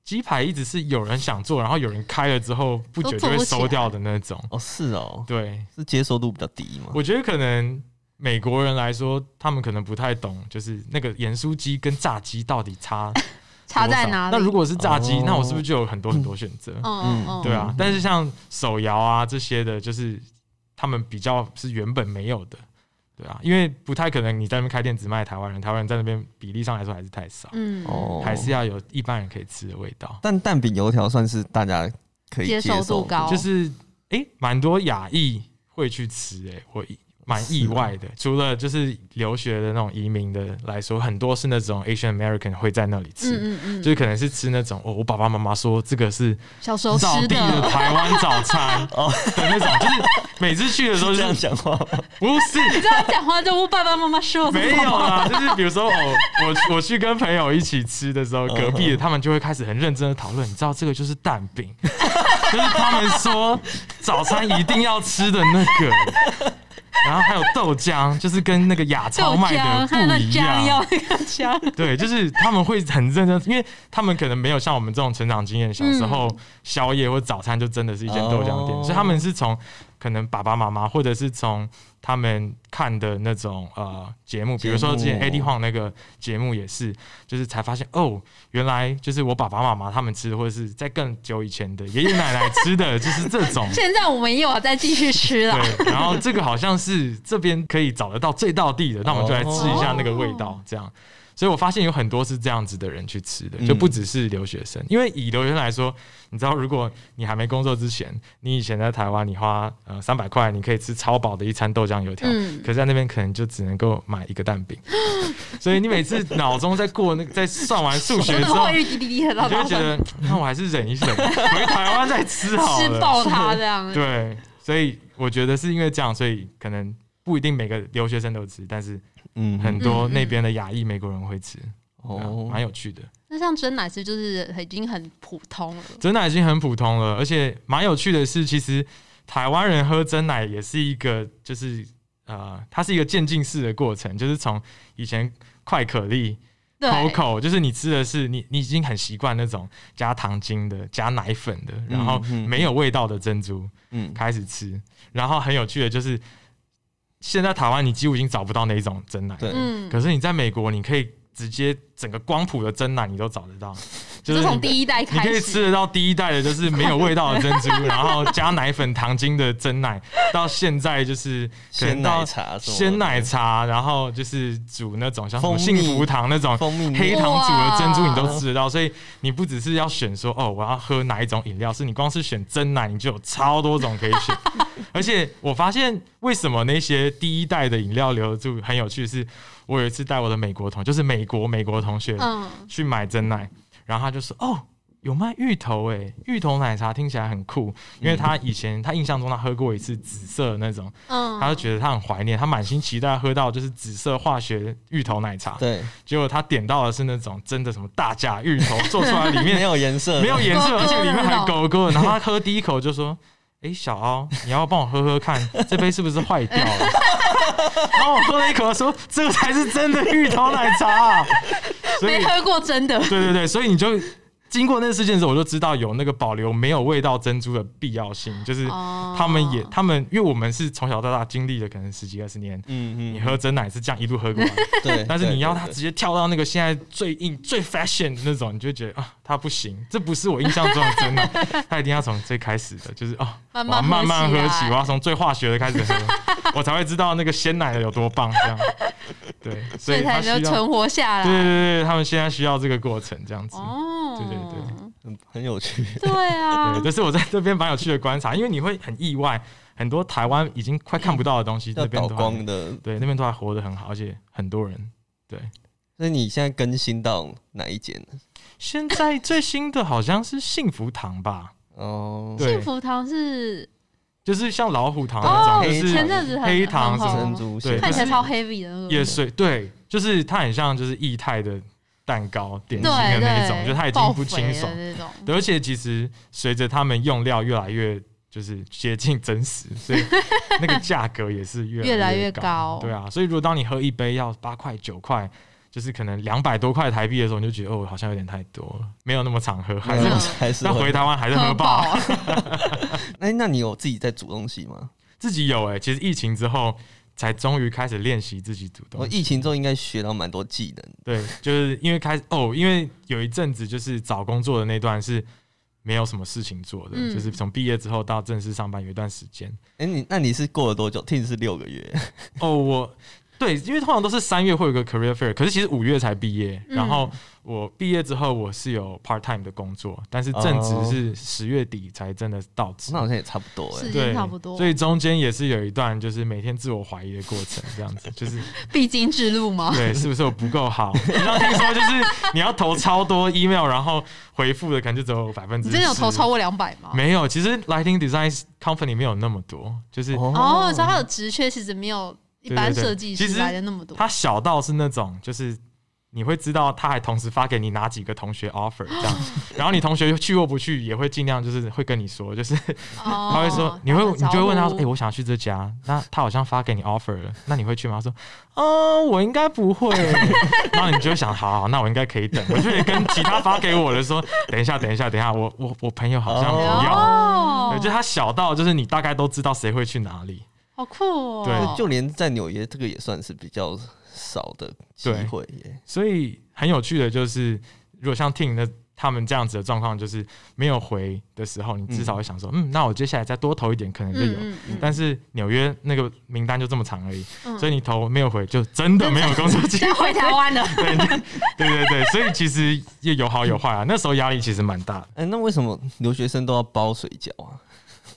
鸡排一直是有人想做，然后有人开了之后不久
都
就
做
会
不起
收
来
掉的那种。
哦是哦，
对，
是接受度比较低嘛？
我觉得可能美国人来说，他们可能不太懂，就是那个盐酥鸡跟炸鸡到底差
[LAUGHS] 差在
多少
哪里？
那如果是炸鸡，
哦
那我是不是就有很多很多选择？
嗯
嗯
嗯，
对啊
嗯，
但是像手摇啊这些的，就是他们比较是原本没有的。对啊，因为不太可能你在那边开店只卖台湾人，台湾人在那边比例上来说还是太少，
嗯，
哦
还是要有一般人可以吃的味道。
但蛋饼、油条算是大家可以
接
受
受度高，
就是诶，蛮、多亚裔会去吃、诶，我蛮意外的。除了就是留学的那种移民的来说，很多是那种 Asian American 会在那里吃，
嗯嗯
就
嗯，
是可能是吃那种哦，我爸爸妈妈说这个是
小时候
道
吃
地的
的，
台湾早餐
[LAUGHS] 哦
的那种，就是每次去的时候
是
就
这样
是
讲话吗，
不是。
这样讲话就不爸爸妈妈说
没有啦，就是比如说我我我去跟朋友一起吃的时候，
嗯
隔壁的他们就会开始很认真的讨论，你知道这个就是蛋饼， [LAUGHS] 就是他们说早餐一定要吃的那个，然后还有豆浆，就是跟那个亚超
豆
卖
浆，
的
还有那
不一
酱
样
要。那个酱，
[LAUGHS] 对，就是他们会很认真，因为他们可能没有像我们这种成长经验，小时候宵夜或早餐就真的是一间豆浆店，
嗯哦
所以他们是从可能爸爸妈妈或者是从他们看的那种呃节目，比如说之前
节
AD
目
晃那个节目也是，就是才发现哦，原来就是我爸爸妈妈他们吃的，或者是在更久以前的爷爷奶奶吃的，就是这种。
现在我们也有在继续吃了， [LAUGHS]
对，然后这个好像是这边可以找得到最到地的，那我们就来吃一下那个味
哦
道，这样。所以我发现有很多是这样子的人去吃的，
嗯
就不只是留学生，因为以留学生来说，你知道，如果你还没工作之前，你以前在台湾，你花呃三百块，你可以吃超饱的一餐豆浆油条，
嗯
可是在那边可能就只能够买一个
[LAUGHS]
蛋饼，所以你每次脑中在过那个在算完 [LAUGHS] 数学
那
之
个
后，
会预滴滴滴很
你
到
就会
到
觉得那我还是忍一忍，回台湾再吃好
吃
了，[LAUGHS]
爆它这样，
对，所以我觉得是因为这样，所以可能不一定每个留学生都吃，但是
嗯，
[LAUGHS] 很多
嗯嗯
那边的亚裔美国人会吃，对啊
哦
蛮、，有趣的。
那像真奶是就是已经很普通了，
真奶已经很普通了，而且蛮有趣的是，其实台湾人喝真奶也是一个，就是呃，它是一个渐进式的过程，就是从以前快可力、
对，
Coco，就是你吃的是你你已经很习惯那种加糖精的、加奶粉的，然后
嗯嗯
没有味道的珍珠，
嗯，
开始吃。然后很有趣的就是，现在台湾你几乎已经找不到那一种真奶，
对，
嗯，
可是你在美国，你可以直接整个光谱的真奶你都找得到，
就从
你。
第一代
你
开
可
始，
以吃得到第一代的，就是没有味道的珍珠， [LAUGHS] 然后加奶粉、糖精的真奶，到现在就是可
鲜
能到
奶茶什么的，
鲜奶茶，然后就是煮那种像什么
蜂蜜
幸福糖那种
蜂蜜面
[LAUGHS] 黑糖煮的珍珠，你都吃得到。所以你不只是要选说哦，我要喝哪一种饮料，是你光是选真奶，你就有超多种可以选。而且我发现为什么那些第一代的饮料留得住很有趣是，我有一次带我的美国同，就是美国美国同学
嗯，
去买真奶，然后他就说哦。有卖芋头诶、芋头奶茶听起来很酷，因为他以前他印象中他喝过一次紫色的那种，
嗯，
他就觉得他很怀念，他满心期待喝到就是紫色化学芋头奶茶，
对，
结果他点到的是那种真的什么大甲芋头做出来里面
[LAUGHS] 没有颜色，
没有颜色，
勾勾
而且里面
那
还
种
勾勾的。然后他喝第一口就说：“诶，小凹，你要帮我喝喝看，这杯是不是坏掉了？” [LAUGHS] 然后我喝了一口，说：“这个才是真的芋头奶茶、啊。” [LAUGHS] 所以
没，喝过真的，
对对对，所以你就经过那事件的时候，我就知道有那个保留没有味道珍珠的必要性，就是
哦
他们也他们，因为我们是从小到大经历了可能十几二十年。
嗯
你 [LAUGHS] 喝真奶是这样一路喝过来的，
对，
但是你要他
对
直接跳到那个现在最硬、最 fashion 的那种，你就觉得啊，他不行，这不是我印象中的真的。 [LAUGHS] 他一定要从最开始的，就是哦，
慢
我要
慢
慢慢喝起，
来
我要从最化学的开始喝，我才会知道那个鲜奶有多棒。这样，对，所
所以
他
才
需
能
要，
存活下来。
对对对，他们现在需要这个过程，这样子。
哦，
对对
很嗯很有
[LAUGHS]
趣，
对，对啊
对，，这是我在这边蛮有趣的观察，因为你会很意外，很多台湾已经快看不到的东西，
要
那边
倒
都还
光的。
对，那边都还活得很好，而且很多人。
所以你现在更新到哪一间了？
现在最新的好像是幸福堂吧？
哦，
对
幸福堂是
就是像老虎糖那种，
哦
就是
前阵子很
黑糖
很红
是
珍珠
对
蟹
看起来
就是
超 heavy 的那个，
也是对，就是它很像就是液态的蛋糕点心
对
的那一种，
对，
就它已经不清爽
爆。肥的那种。
对而且其实随着他们用料越来越就是接近真实，
[LAUGHS]
所以那个价格也是越
越来
越
越高
对啊，所以如果当你喝一杯要八块九块。就是可能两百多块台币的时候，你就觉得哦，好像有点太多了，没有那么常喝，还是
没有
嗯
还是
那
会
回台湾还是喝
喝
爆。
爆，
[LAUGHS]
哎、那你有自己在煮东西吗？
自己有哎、其实疫情之后才终于开始练习自己煮
我
东西。
哦疫情中应该学到蛮多技能，
对，就是因为开始哦，因为有一阵子就是找工作的那段是没有什么事情做的，
嗯
就是从毕业之后到正式上班有一段时间。
哎、你那你是过了多久？Team 是六个月， [LAUGHS]
哦，我对，因为通常都是三月会有个 career fair，可是其实五月才毕业。
嗯
然后我毕业之后我是有 part time 的工作，但是正职
哦
是十月底才真的到职。
那好像也差不多哎、
时
对，
间差不多
所，以中间也是有一段就是每天自我怀疑的过程，这样子就是
必经之路吗？ [LAUGHS]
对，是不是我不够好？你要听说就是你要投超多 email，然后回复的可能就只有百分之
你
十。
真的有投超过两百吗？
没有，其实 Lighting Design Company 没有那么多，就是
哦，你知道他的职缺其实没有一般设计
对对对其
师
实
来的那么多，
它小到是那种就是。你会知道他还同时发给你哪几个同学 offer 这
[LAUGHS]
样，然后你同学去或不去也会尽量就是会跟你说，就是
哦
他会说，你会你就会问他说，哎、
哎，
我想要去这家，那他好像发给你 offer 了，那你会去吗？他说， [LAUGHS] 哦，我应该不会。 [LAUGHS] 然后你就会想，好好，那我应该可以等。我就得跟其他发给我的说，等一下，等一下，等一下，我我哎我朋友好像不要。
哦
对，，就他小到就是你大概都知道谁会去哪里。
好酷哦，
对
就连在纽约这个也算是比较少的机会耶。
所以很有趣的就是，如果像 Ting 的他们这样子的状况，就是没有回的时候，你至少会想说，嗯那我接下来再多投一点，可能就有。
嗯嗯
但是纽约那个名单就这么长而已，
嗯
所以你投没有回，就真的没有工作
[LAUGHS]
机
现在回台湾了，
会。对对对对，所以其实也有好有坏啊。那时候压力其实蛮大的。
哎、那为什么留学生都要包水饺啊？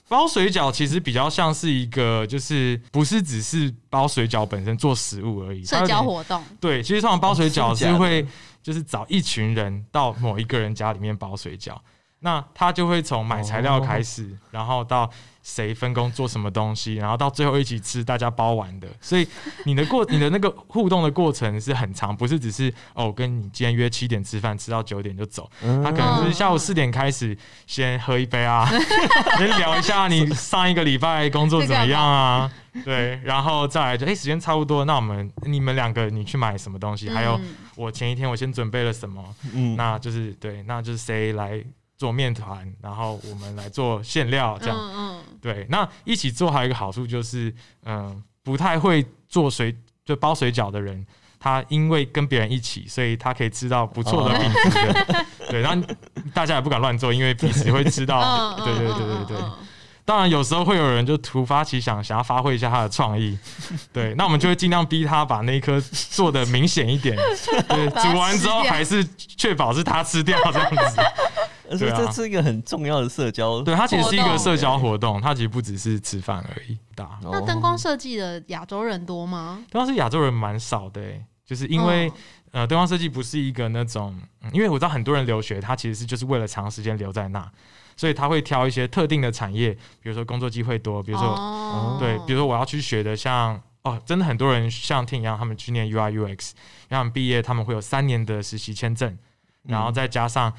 包水饺其实比较像是一个，就是不是只是包水饺本身做食物而已，它
社
有点
交活动，
对，其实通常包水饺
哦真
是
的假的
会就是找一群人到某一个人家里面包水饺，那他就会从买材料开始，
哦
然后到谁分工做什么东西，然后到最后一起吃大家包完的。所以你的过 [LAUGHS] 你的那个互动的过程是很长，不是只是哦，我跟你今天约七点吃饭，吃到九点就走。
嗯
他可能就是下午四点开始先喝一杯啊， [LAUGHS] 先聊一下你上一个礼拜工作怎么样啊，对，然后再来就哎、时间差不多，那我们你们两个你去买什么东西，还有
嗯
我前一天我先准备了什么，
嗯，
那就是对，那就是谁来做面团，然后我们来做馅料这样，
嗯嗯，
对，那一起做还有一个好处就是，嗯、不太会做水就包水饺的人，他因为跟别人一起，所以他可以吃到不错的
哦
品质的。对，然后大家也不敢乱做，因为彼此会吃到。
嗯
啊对对对对对。
嗯嗯嗯
当然，有时候会有人就突发奇想，想要发挥一下他的创
[LAUGHS]
意。对，那我们就会尽量逼他把那一颗做的明显
[LAUGHS]
一点。对，
把它
煮完之后
吃掉
还是确保是他吃掉这样
[LAUGHS]
子。
[LAUGHS] 而且
对啊
这是一个很重要的社交。
对，它啊其实是一
活
个
动
社交活动，它其实不只是吃饭而已。大。啊
哦，
那灯光设计的亚洲人多吗？
当时亚洲人蛮少的、欸，就是因为、
嗯
呃，灯光设计不是一个那种，嗯因为我知道很多人留学，他其实是就是为了长时间留在那，所以他会挑一些特定的产业，比如说工作机会多，比如说、
哦
对，比如说我要去学的像。哦，真的很多人像 Tin 一样，他们去念 UI UX，然后他们毕业，他们会有三年的实习签证，
嗯
然后再加上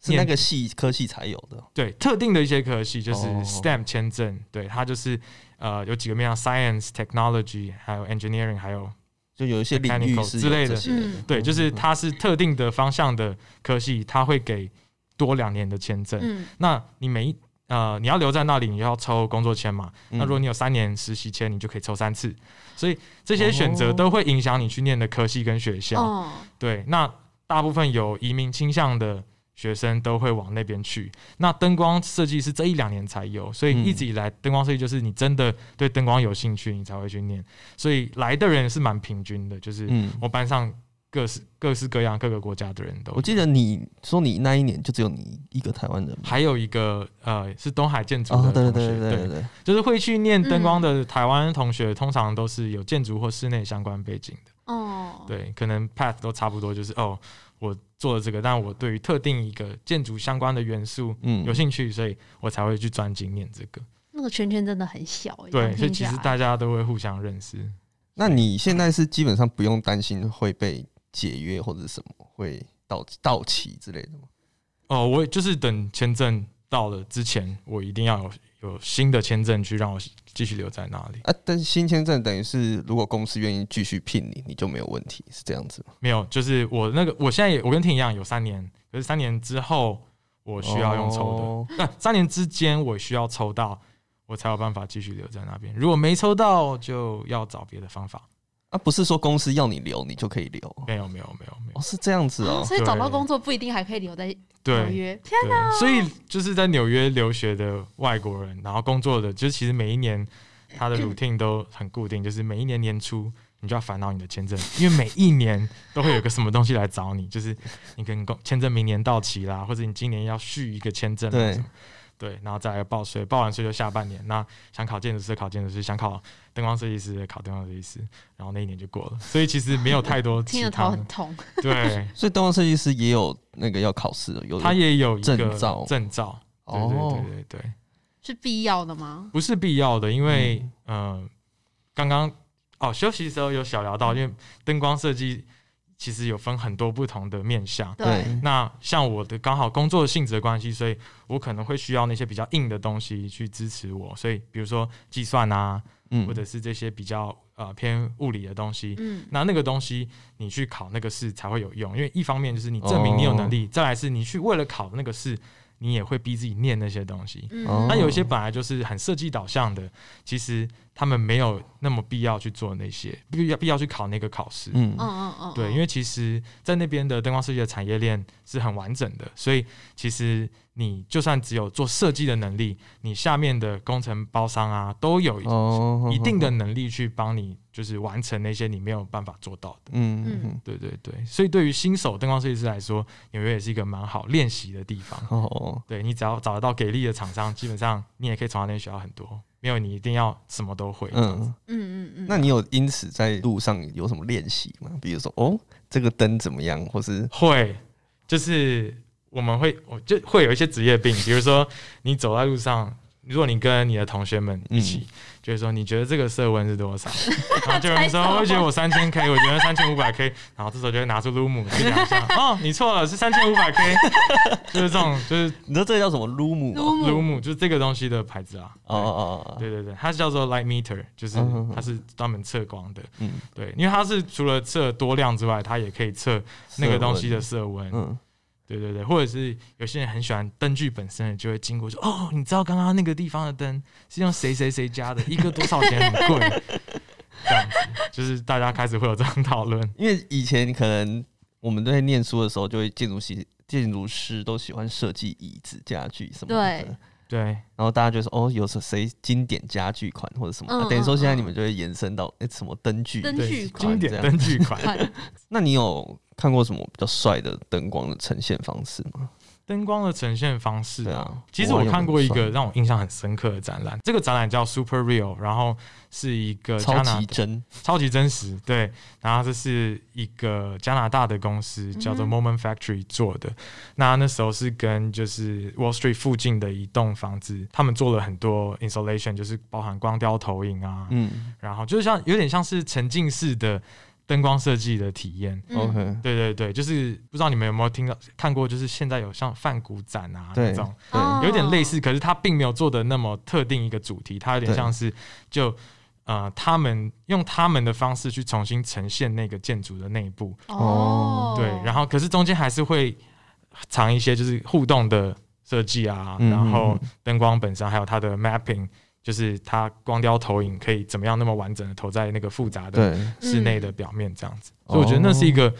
是那个系科系才有的，
对特定的一些科系，就是
哦
STEM 签证，对它就是呃有几个面向，Science、Technology，还有 Engineering，还有
就有一些领域
Mechanical
是
之
有
类的
这些
嗯
对，就是它是特定的方向的科系，它会给多两年的签证。
嗯
那你每一呃你要留在那里，你就要抽工作签嘛。
嗯
那如果你有三年实习签，你就可以抽三次。所以这些选
哦
择都会影响你去念的科系跟学校。
哦
对，那大部分有移民倾向的学生都会往那边去。那灯光设计是这一两年才有，所以
嗯
一直以来灯光设计就是你真的对灯光有兴趣，你才会去念。所以来的人是蛮平均的，就是
嗯，
我班上各式各式各样各个国家的人都有。
我记得你说你那一年就只有你一个台湾人嘛，
还有一个呃是东海建筑
哦，
的同
对对
学，
对对对对，
就是会去念灯
嗯
光的台湾同学，通常都是有建筑或室内相关背景的。
哦，
对，可能 path 都差不多，就是哦，我做了这个，但我对于特定一个建筑相关的元素
嗯，
有兴趣，所以我才会去专精念这个。
那个圈圈真的很小欸，这
对，
样
所以
听起
其实
来
大家都会互相认识。
那你现在是基本上不用担心会被解约或者什么会到到期之类的吗？
哦，我就是等签证到了之前，我一定要有有新的签证去让我继续留在那里。
啊，但是新签证等于是如果公司愿意继续聘你，你就没有问题，是这样子吗？
没有，就是我那个，我现在也我跟婷一样有三年，可是三年之后我需要用抽
哦
的，那、三年之间我需要抽到，我才有办法继续留在那边。如果没抽到，就要找别的方法。
啊，不是说公司要你留你就可以留哦，
没有，没有，没有，没有。
是这样子哦
哦，。所以找到
对
工作不一定还可以留在纽
对
约。天
对，所以就是在纽约留学的外国人，然后工作的，就是其实每一年他的 routine 都很固定，就是每一年年初。你就要烦恼你的签证，因为每一年都会有个什么东西来找你，就是你可能工签证明年到期啦，或者你今年要续一个签证啊
对
什么对，然后再来报税，报完税就下半年。那想考建筑师考建筑师，想考灯光设计师考灯光设计师，然后那一年就过了。所以其实没有太多
[LAUGHS] 听
其
得头
他的
很痛。
对，
所以灯光设计师也有那个要考试的，有
他也有一个
证照
证照，对对
哦
对，对对，
是必要的吗？
不是必要的，因为嗯，刚刚、哦休息的时候有小聊到，因为灯光设计其实有分很多不同的面向。
哦
对，
那像我的刚好工作性质的关系，所以我可能会需要那些比较硬的东西去支持我，所以比如说计算啊，
嗯
或者是这些比较呃偏物理的东西。
嗯，
那那个东西你去考那个试才会有用，因为一方面就是你证明你有能力，再来是你去为了考那个试，你也会逼自己念那些东西。
嗯
哦
那有一些本来就是很设计导向的，其实他们没有那么必要去做那些，必要必要去考那个考试。
嗯
嗯嗯嗯，
对，因为其实，在那边的灯光设计的产业链是很完整的，所以其实你就算只有做设计的能力，你下面的工程包商啊，都有
哦
一定的能力去帮你，就是完成那些你没有办法做到的。
嗯嗯嗯
嗯
对对对，所以对于新手灯光设计师来说，纽约也是一个蛮好练习的地方。
哦，
对你只要找得到给力的厂商，基本上你也可以从他那边学到很多。没有你一定要什么都会。
嗯，
嗯嗯嗯，
那你有因此在路上有什么练习吗？比如说哦，这个灯怎么样，或是
会，就是我们会，我就会有一些职业病，比如说你走在路上，如果你跟你的同学们一起，
嗯
就是说你觉得这个色温是
[LAUGHS]
多少，然后就有人说，
猜错
我觉得我三千 K，我觉得三千五百 K，然后这时候就会拿出卢姆去量一下，哦，你错了，是三千五
[LAUGHS]
百 K，就是这种，就是
你知道这个叫什么 Lumu？哦
卢姆，就是这个东西的牌子啊。
哦哦，哦
对对对，它是叫做 light meter，就是
嗯嗯嗯
它是专门测光的。
嗯
对，因为它是除了测多亮之外，它也可以测那个东西的色温。
嗯，
对对对，或者是有些人很喜欢灯具本身的，就会经过说：“哦，你知道刚刚那个地方的灯是用谁谁谁家的，一个多少钱，很贵。”这样子，就是大家开始会有这样讨论。
因为以前可能我们在念书的时候，就会建筑系建筑师都喜欢设计椅子、家具什么的
对，
对
然后大家就说哦，有谁谁经典家具款或者什么，
嗯
啊等于说现在
嗯嗯
你们就会延伸到哎、诶什么灯具。
灯
对，
具款
经典
这样
灯 [LAUGHS] 具款。
快
那你有看过什么比较帅的灯光的呈现方式吗？
灯光的呈现方
嗯
式
对。啊。
其实
国
我
外有
看过一
很
个
帅
让我印象很深刻的展览，这个展览叫 Super Real，然后是一个呃
超
加拿
级真，
超级真实，对。然后这是一个加拿大的公司叫做
嗯
Moment Factory 做的。那那时候是跟就是 Wall Street 附近的一栋房子，他们做了很多 installation，就是包含光雕投影啊，
嗯
然后就是像有点像是沉浸式的灯光设计的体验。
嗯
，OK，
对对对，就是不知道你们有没有听到看过，就是现在有像泛古展啊那
对
种，
对，
哦
有点类似，可是它并没有做的那么特定一个主题，它有点
对
像是就呃，他们用他们的方式去重新呈现那个建筑的内部，
哦
对，然后可是中间还是会藏一些就是互动的设计啊，
嗯
然后
嗯嗯
灯光本身还有它的 mapping，就是它光雕投影可以怎么样那么完整的投在那个复杂的
对，
室内
嗯
的表面这样子，所以我觉得那
哦
是一个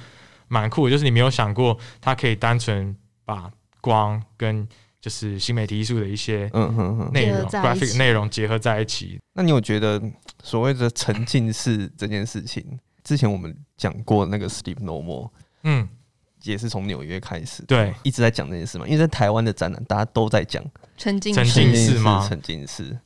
蛮酷的，就是你没有想过它可以单纯把光跟就是新媒体艺术的一些
嗯哼哼。
内
结合
容
在一起
graphic 内容结合在一起。
那你有觉得所谓的沉浸式这件事情，之前我们讲过那个 Steve No More
嗯，
也是从纽约开始，
对，
一直在讲这件事嘛，因为在台湾的展览大家都在讲
沉浸
沉
式
浸式吗
沉浸式，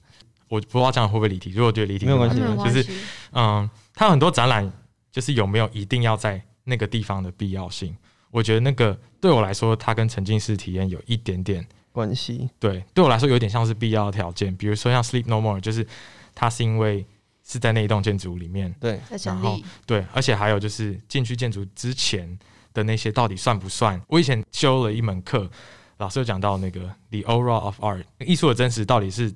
我不知道这样会不会离题，如果觉得离题
没有关
没
系
有
就
就是
关系，
嗯，它有很多展览，就是有没有一定要在那个地方的必要性？我觉得那个对我来说，它跟沉浸式体验有一点点
关系，
对，对我来说有点像是必要的条件。比如说像 Sleep No More，就是它是因为是在那一栋建筑里面，
对，
在成
然后
立，
对，而且还有就是进去建筑之前的那些到底算不算？我以前修了一门课，老师有讲到那个 the aura of art，艺术的真实到底是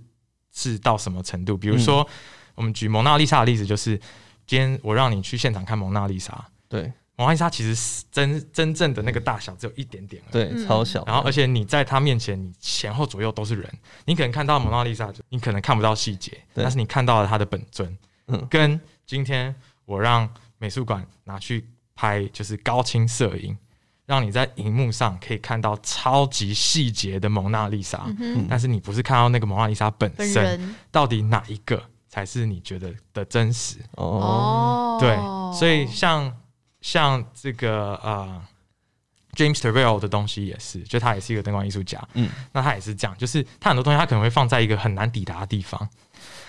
是到什么程度？比如说，我们举蒙娜丽莎的例子，就是今天我让你去现场看蒙娜丽莎，
对，
蒙娜丽莎其实是真真正的那个大小只有一点点而已。
对，
嗯
超小的，
然后，而且你在他面前，你前后左右都是人，你可能看到蒙娜丽莎，你可能看不到细节，
对
但是你看到了她的本尊。
嗯
跟今天我让美术馆拿去拍，就是高清摄影，让你在荧幕上可以看到超级细节的蒙娜丽莎，
嗯哼，
但是你不是看到那个蒙娜丽莎本
本
身，
人
到底哪一个才是你觉得的真实？
哦，
哦，
对，所以像像这个呃，James Terrell 的东西也是，就他也是一个灯光艺术家，
嗯，
那他也是这样，就是他很多东西他可能会放在一个很难抵达的地方，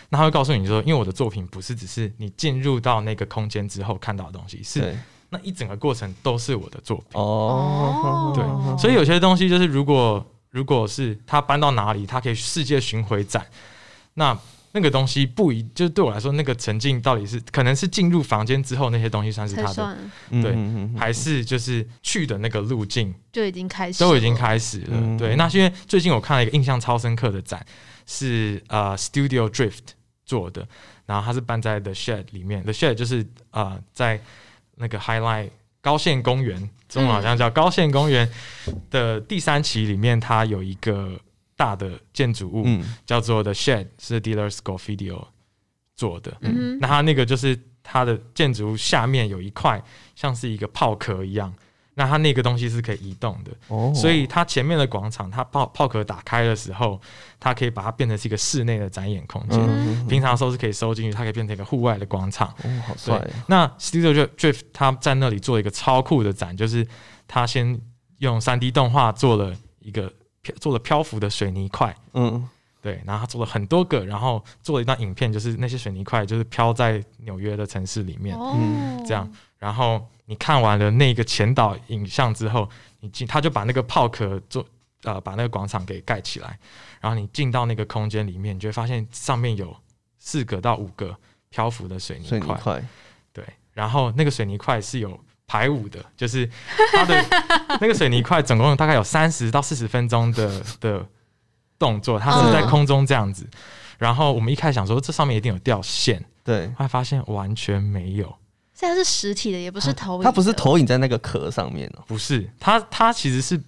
那他会告诉你说，因为我的作品不是只是你进入到那个空间之后看到的东西，是
对，
那一整个过程都是我的作品，
哦，
对
哦
所以有些东西就是如果如果是他搬到哪里，他可以世界巡回展，那。那个东西不一，就是对我来说，那个沉浸到底是可能是进入房间之后那些东西算是
才
他的
算
嗯
对
嗯嗯嗯
还是就是去的那个路径
就已经开始，
都已经，开始了。
嗯
对，那是因为最近我看了一个印象超深刻的展，是呃 Studio Drift 做的，然后它是搬在 The Shed 里面。The Shed 就是呃在那个 Highline 高线公园，中文好像叫高线公园的第三期里面，它有一个大的建筑物、
嗯，
叫做 The Shed，是 Dealers Go Video 做的。
嗯
那它那个就是它的建筑物下面有一块像是一个炮壳一样，那它那个东西是可以移动的，
哦，
所以它前面的广场，它炮炮壳打开的时候，它可以把它变成是一个室内的展演空间。
嗯，
平常的时候是可以收进去，它可以变成一个户外的广场。
嗯，哦，好帅哦，
那 Studio Drift 它在那里做一个超酷的展，就是它先用3 D 动画做了一个做了漂浮的水泥块，
嗯，
对，然后他做了很多个，然后做了一段影片，就是那些水泥块就是飘在纽约的城市里面。
哦，
这样，然后你看完了那个前导影像之后，你进他就把那个炮壳做呃把那个广场给盖起来，然后你进到那个空间里面，你就会发现上面有四个到五个漂浮的水泥
水泥
块，
块，
对，然后那个水泥块是有排舞的，就是它
[LAUGHS]
的那个水泥块总共大概有三十到四十分
[LAUGHS]
钟的的动作，它是在
嗯
空中这样子。然后我们一开始想说这上面一定有掉线，
对，
后来发现完全没有，
现在是实体的，也不是投影的，
它不是投影在那个壳上面哦，
不是它它其实是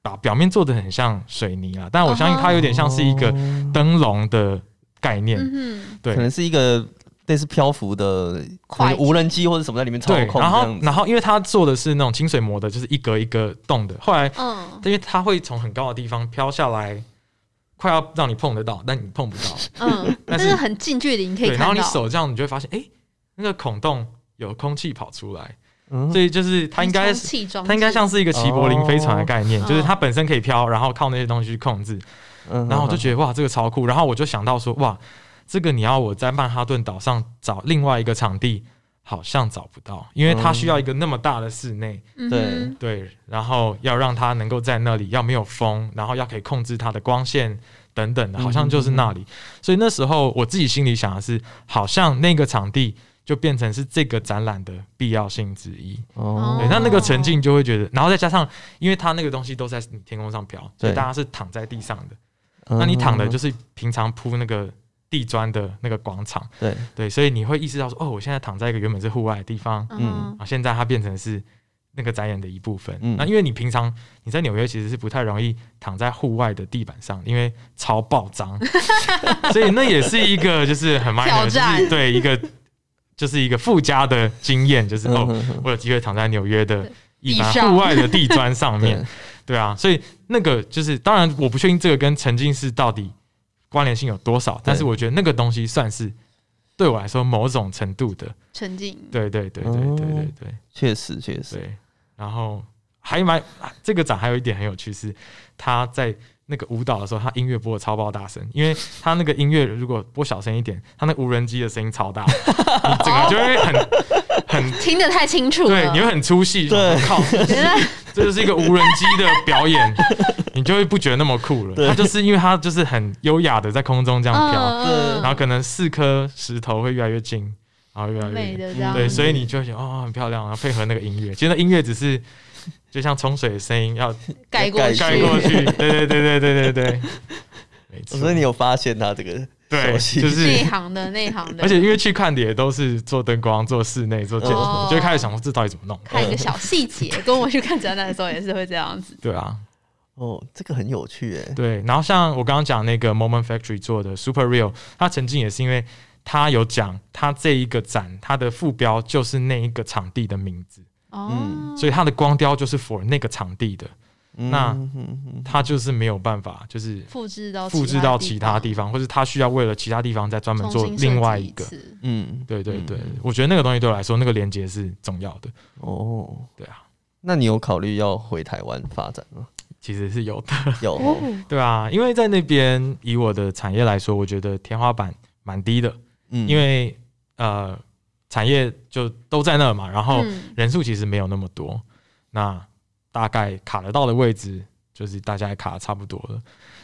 把表面做的很像水泥啊，但我相信它有点像是一个
哦
灯笼的概念，
嗯
对
可能是一个类似漂浮的可能
快
无人机或者什么在里面操
对。
控
然
这
后
样子，
然后因为它做的是那种清水模的，就是一格一格动的，后来
哼，嗯
因为它会从很高的地方飘下来，快要让你碰得到，但你碰不
[LAUGHS]
到。
嗯，
[LAUGHS] 但
但
是
是很近距离你可以
对，
看
然
到，
后你手这样，你就会发现，哎、那个孔洞有空气跑出来，
嗯
所以就是它应该
充
是
气装置，
它应该像是一个齐柏林飞船的概念，
哦
就是它本身可以飘，然后靠那些东西去控制。
嗯
然后我就觉得哇，这个超酷。然后我就想到说，哇，这个你要我在曼哈顿岛上找另外一个场地，好像找不到，因为它
嗯
需要一个那么大的室内，
嗯哼
对
对，然后要让它能够在那里，要没有风，然后要可以控制它的光线等等的，好像
嗯
就是那里。所以那时候我自己心里想的是，好像那个场地。就变成是这个展览的必要性之一，
哦
对，那那个沉浸就会觉得，然后再加上，因为它那个东西都在你天空上飘，所
对
以大家是躺在地上的，
嗯
那你躺的
嗯
就是平常铺那个地砖的那个广场，
对，
对，所以你会意识到说，哦，我现在躺在一个原本是户外的地方，
嗯哼
啊，现在它变成是那个展演的一部分。
嗯
那因为你平常你在纽约其实是不太容易躺在户外的地板上，因为超爆
[LAUGHS]
脏，所以那也是一个就是很 minor，
挑战
就是对一个就是一个附加的经验，就是
嗯
哦，
哼哼
我有机会躺在纽约的
对。
一般
地上
户外的地砖上面
对，
[LAUGHS]
对啊，所以那个就是，当然我不确定这个跟沉浸式到底关联性有多少，但是我觉得那个东西算是对我来说某种程度的，
沉浸，
对对对对
哦
对对对
确实确实，
对。然后还蛮啊这个展还有一点很有趣是，他在那个舞蹈的时候，他音乐播的超爆大声，因为他那个音乐如果播小声一点，他那无人机的声音超大，你整个就会很很。
听得太清楚
对，
了。嗯
你
[LAUGHS]
会很出戏，
对
靠，
原来
这就是一个无人机的表演，你就会不觉得那么酷了。
对
它就是因为它就是很优雅的在空中这样
嗯
飘，
对
然后可能四颗石头会越来越近，然后越来越
美
远
的这样，
对，所以你就会觉得哦很漂亮，然后配合那个音乐，其实那音乐只是就像冲水的声音要
盖过
盖
去，
盖过去， [LAUGHS] 对对对对对对对，没错，
所以你有发现他这个
对
熟悉
就是
内。行的内行的，
而且因为去看的也都是做灯光、做室内、做建筑，
哦
我就会开始想说这到底怎么弄？
看一个小细节，
嗯
跟我去看展览的时候也是会这样子。
对啊，
哦，这个很有趣哎，
对，然后像我刚刚讲那个 Moment Factory 做的 Super Real，它曾经也是因为它有讲它这一个展，它的副标就是那一个场地的名字，
嗯
哦，
所以它的光雕就是 for 那个场地的，那
嗯哼哼
它就是没有办法就是
复制到
复制到其他
地
地方，或是它需要为了其他地方再专门
方
做
重新设计
另外一个。
次
嗯，
对对对，
嗯
我觉得那个东西对我来说，那个连接是重要的。
哦，
对啊，
那你有考虑要回台湾发展
[LAUGHS]
吗？
其实是有的，
有
哦
哦，，
对啊，因为在那边以我的产业来说，我觉得天花板蛮低的。
嗯
因为呃产业就都在那嘛，然后
嗯
人数其实没有那么多，那大概卡得到的位置就是大家也卡得差不多了。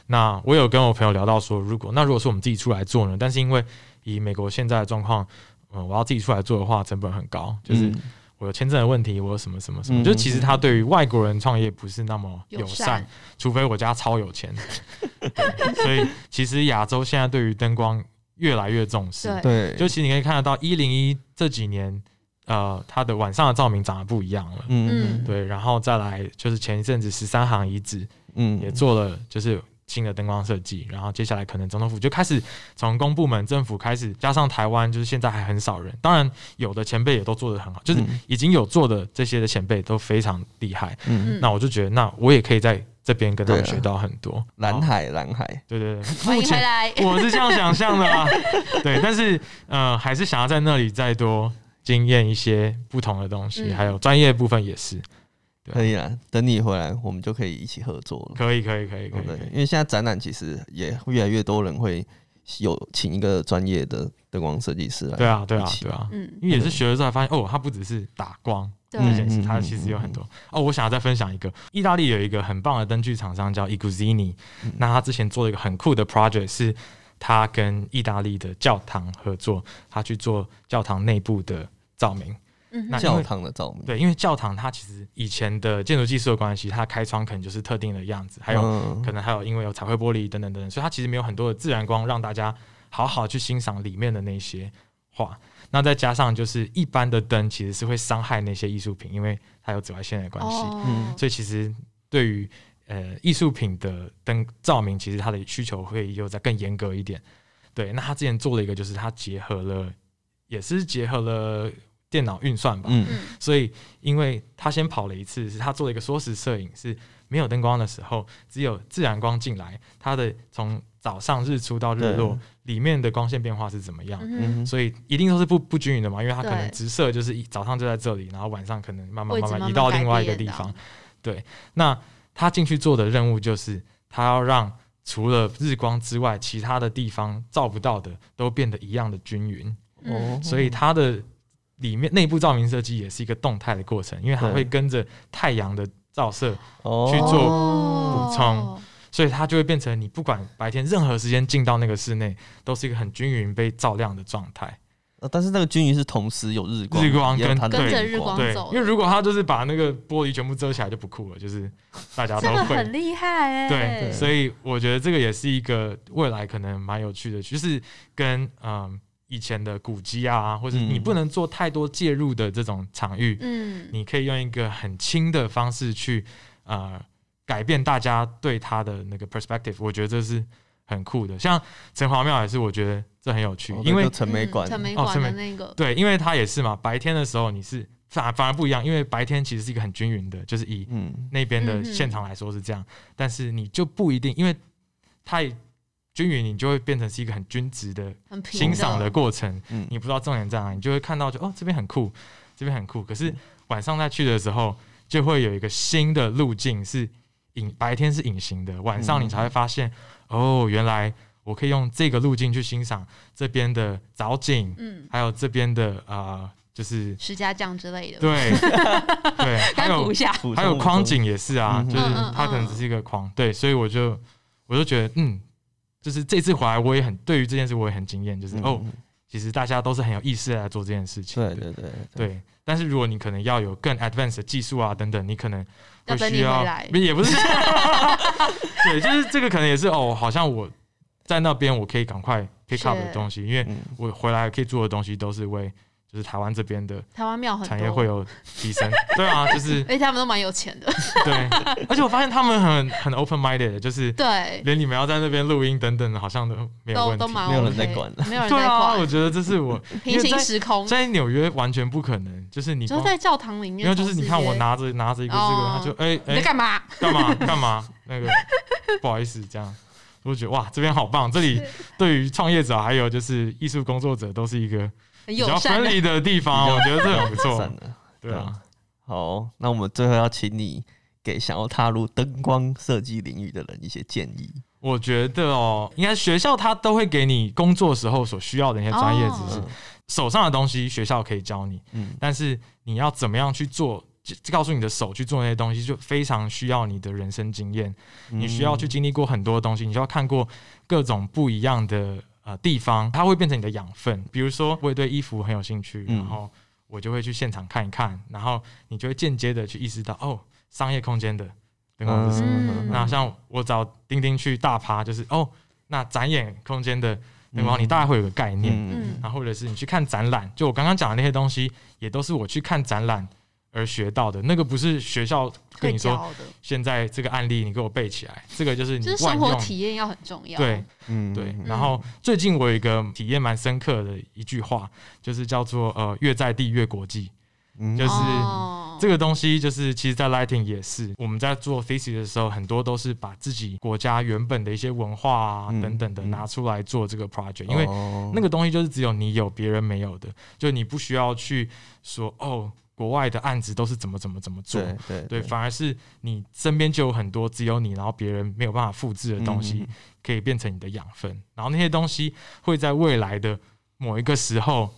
那我有跟我朋友聊到说，如果那如果是我们自己出来做呢，但是因为以美国现在的状况，嗯、我要自己出来做的话，成本很高，就是
嗯
我有签证的问题，我有什么什么什么，
嗯
就是其实他对于外国人创业不是那么友
友
善，
善
除非我家超有钱。 [LAUGHS] 对所以其实亚洲现在对于灯光越来越重视，
对
对，
就其实你可以看得到，一零一这几年，呃，它的晚上的照明长得不一样了。
嗯
对，然后再来就是前一阵子十三行遗址
嗯
也做了就是新的灯光设计，然后接下来可能总统府就开始从公部门、政府开始，加上台湾就是现在还很少人，当然有的前辈也都做得很好，就是
嗯
已经有做的这些的前辈都非常厉害。
嗯，
嗯
那我就觉得，那我也可以在这边跟他们
对啊
学到很多。
蓝
好，
海蓝海，
对对对，
欢
目
[LAUGHS]
迎回
前
来。
[LAUGHS] 我是这样想象的啦，对，但是呃，还是想要在那里再多经验一些不同的东西，
嗯
还有专业部分也是对啊
可以啦，等你回来我们就可以一起合作了。
可以，可以，可以，可
对
以，
不
可
对，
以
因为现在展览其实也越来越多人会有请一个专业的灯光设计师来，
对啊，对
一
啊，
起
对啊，
嗯，
因为也是学了之后发现，哦，它不只是打光
对
这，件事，
嗯
它其实有很多。哦，我想要再分享一个，意大利有一个很棒的灯具厂商叫 i g u z i n i
嗯
那他之前做了一个很酷的 project 是。他跟意大利的教堂合作，他去做教堂内部的照明。
嗯
那
哼，
因
教
为
堂的照明，
对，因为教堂它其实以前的建筑技术的关系，它开窗可能就是特定的样子，还有、
嗯
可能还有因为有彩绘玻璃等等等等，所以它其实没有很多的自然光让大家好好去欣赏里面的那些画。那再加上就是一般的灯其实是会伤害那些艺术品，因为它有紫外线的关系，
哦
嗯，
所以其实对于呃艺术品的灯照明，其实它的需求会又再更严格一点。对，那他之前做了一个，就是他结合了，也是结合了电脑运算吧，
嗯
嗯
所以因为他先跑了一次，是他做了一个缩时摄影，是没有灯光的时候，只有自然光进来，它的从早上日出到日落里面的光线变化是怎么样？
嗯
嗯
哼，
所以一定都是不不均匀的嘛，因为它可能
对
直射就是一早上就在这里，然后晚上可能慢慢
位置慢
慢慢
慢
移到另外一个
改
地
变
方
的。
对，那他进去做的任务就是他要让除了日光之外，其他的地方照不到的都变得一样的均匀。
哦
嗯
所以它的里面内部照明设计也是一个动态的过程，因为它
对
会跟着太阳的照射，
哦
去做
哦
补充，所以它就会变成你不管白天任何时间进到那个室内，都是一个很均匀被照亮的状态。
呃但是那个均匀是同时有日光，
日光
也有
跟
它的
跟着日光
对
对
走，
因为如果它就是把那个玻璃全部遮起来就不酷了，就是大家
这
都
个
会
很。厉害哎、
对，
对
所以我觉得这个也是一个未来可能蛮有趣的，就是跟嗯、以前的古迹啊，或者
嗯
你不能做太多介入的这种场域，
嗯，
你可以用一个很轻的方式去呃改变大家对他的那个 perspective，我觉得这是很酷的。像城隍庙也是，我觉得这很有趣，
哦
因为
就陈美馆，
嗯陈美
哦
馆
陈
的
美
那个，
对，因为它也是嘛，白天的时候你是反反而不一样，因为白天其实是一个很均匀的，就是以
嗯，
那边
嗯
的
嗯
现场来说是这样，但是你就不一定，因为太均匀，你就会变成是一个很均值的
很平
欣赏的过程。
嗯
你不知道重点在哪，你就会看到就哦这边很酷，这边很酷。可是
嗯
晚上再去的时候，就会有一个新的路径是隐，白天是隐形的，晚
嗯
上你才会发现、哦，原来我可以用这个路径去欣赏这边的藻井，
嗯，
还有这边的啊、呃
[LAUGHS]
就是
石家酱之类的，，
对
[LAUGHS]
对，还
该
有
补一下，
普通
还有
的
框
东
景也是啊，
嗯
就是
嗯嗯
它可能
嗯
只是一个框，对，所以我就我就觉得嗯，就是这次回来我也很对于这件事我也很惊艳，就是、
西，
哦，
嗯，
其实大家都是很有意识地来做这件事情，
对对对
对，但是如果你可能要有更 advanced 的技术啊等等，你可能
要
会
等
需
你回
要
来，
不也不是， [LAUGHS] 对，就是这个可能也是哦，好像我在那边我可以赶快 pick up
是
的东西，因为
嗯，
我回来可以做的东西都是为就是台湾这边的
台湾庙很多，
产业会有提升， [LAUGHS] 对啊，就是
而且他们都蛮有钱
[LAUGHS]
的，
对，而且我发现他们很很 open minded，就是
对，
连你们要在那边录音等等，好像都没有
都
问题
都。蛮
没有
OK，
人在管的
没有人
对
在
啊，我
管，
觉得这是我
平行时空，
在纽约完全不可能，就是你
只有
光
在教堂里面，
没有，就是你看我，拿着拿着一个这个，
哦
他就哎
你在
哎
干嘛？[LAUGHS]
干嘛干嘛那个不好意思这样，我就觉得哇这边好棒，这里对于创业者还有就是艺术工作者都是一个
很
比
友
较
善的
分离的地方，我觉得这很不错
算。了。
对啊，
好，那我们最后要请你给想要踏入灯光设计领域的人一些建议。
我觉得哦，应该学校他都会给你工作时候所需要的那些专业知识
哦
嗯，
手上的东西学校可以教你，
嗯
但是你要怎么样去做，就告诉你的手去做那些东西，就非常需要你的人生经验。你需
嗯
要去经历过很多东西，你需要看过各种不一样的呃地方，它会变成你的养分。比如说，我也对衣服很有兴趣，
嗯
然后我就会去现场看一看，然后你就会间接的去意识到，哦，商业空间的灯光是什么。
嗯
那像我找丁丁去大趴，就是哦，那展演空间的灯光，你大概会有个概念。
嗯
然后或者是你去看展览，就我刚刚讲的那些东西，也都是我去看展览而学到的。那个不是学校跟
会
你说，
教的，
现在这个案例你给我背起来，这个就是你
就是
万
生活
用。
体验要很重要，
对
嗯
对
嗯，
然后最近我有一个体验蛮深刻的一句话，就是叫做呃越在地越国际。
嗯
就是
哦
这个东西就是，其实，在 Lighting 也是，我们在做 thesis 的时候，很多都是把自己国家原本的一些文化啊、
嗯
等等的
嗯
拿出来做这个 project，、因为
哦
那个东西就是只有你有，别人没有的，就你不需要去说哦，国外的案子都是怎么怎么怎么做。
对对
对，反而是你身边就有很多只有你，然后别人没有办法复制的东
嗯
西，，可以变成你的养分。然后那些东西会在未来的某一个时候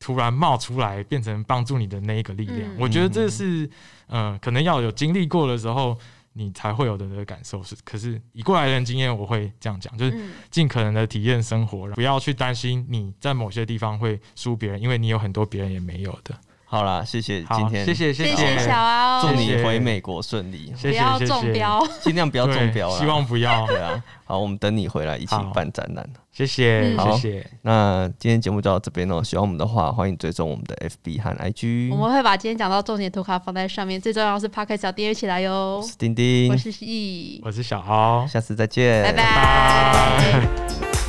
突然冒出来，变成帮助你的那一个力量。
嗯
我觉得这是，呃，可能要有经历过的时候，你才会有的那个感受。是，可是以过来人经验，我会这样讲，就是
嗯
尽可能的体验生活，不要去担心你在某些地方会输别人，因为你有很多别人也没有的。
嗯好啦，谢谢今
好，
天，
谢，谢，
谢
谢
谢小敖，
祝
谢
你
谢
回美国顺利，
不
谢谢，
要
谢谢
中，标，
尽量不要
对
中标啦。
希望不要。
对啊，好，我们等你回来一起
好
办展览。
谢谢，
嗯
谢谢，
那今天节目就到这边哦喽，喜欢我们的话，欢迎追踪我们的 FB 和 IG。
嗯
我们会把今天讲到重点图卡放在上面，最重要的是 p o c k e t 小订阅起来哟
我。是丁丁
我，是 E，
我是小豪，
下次再见，
拜拜。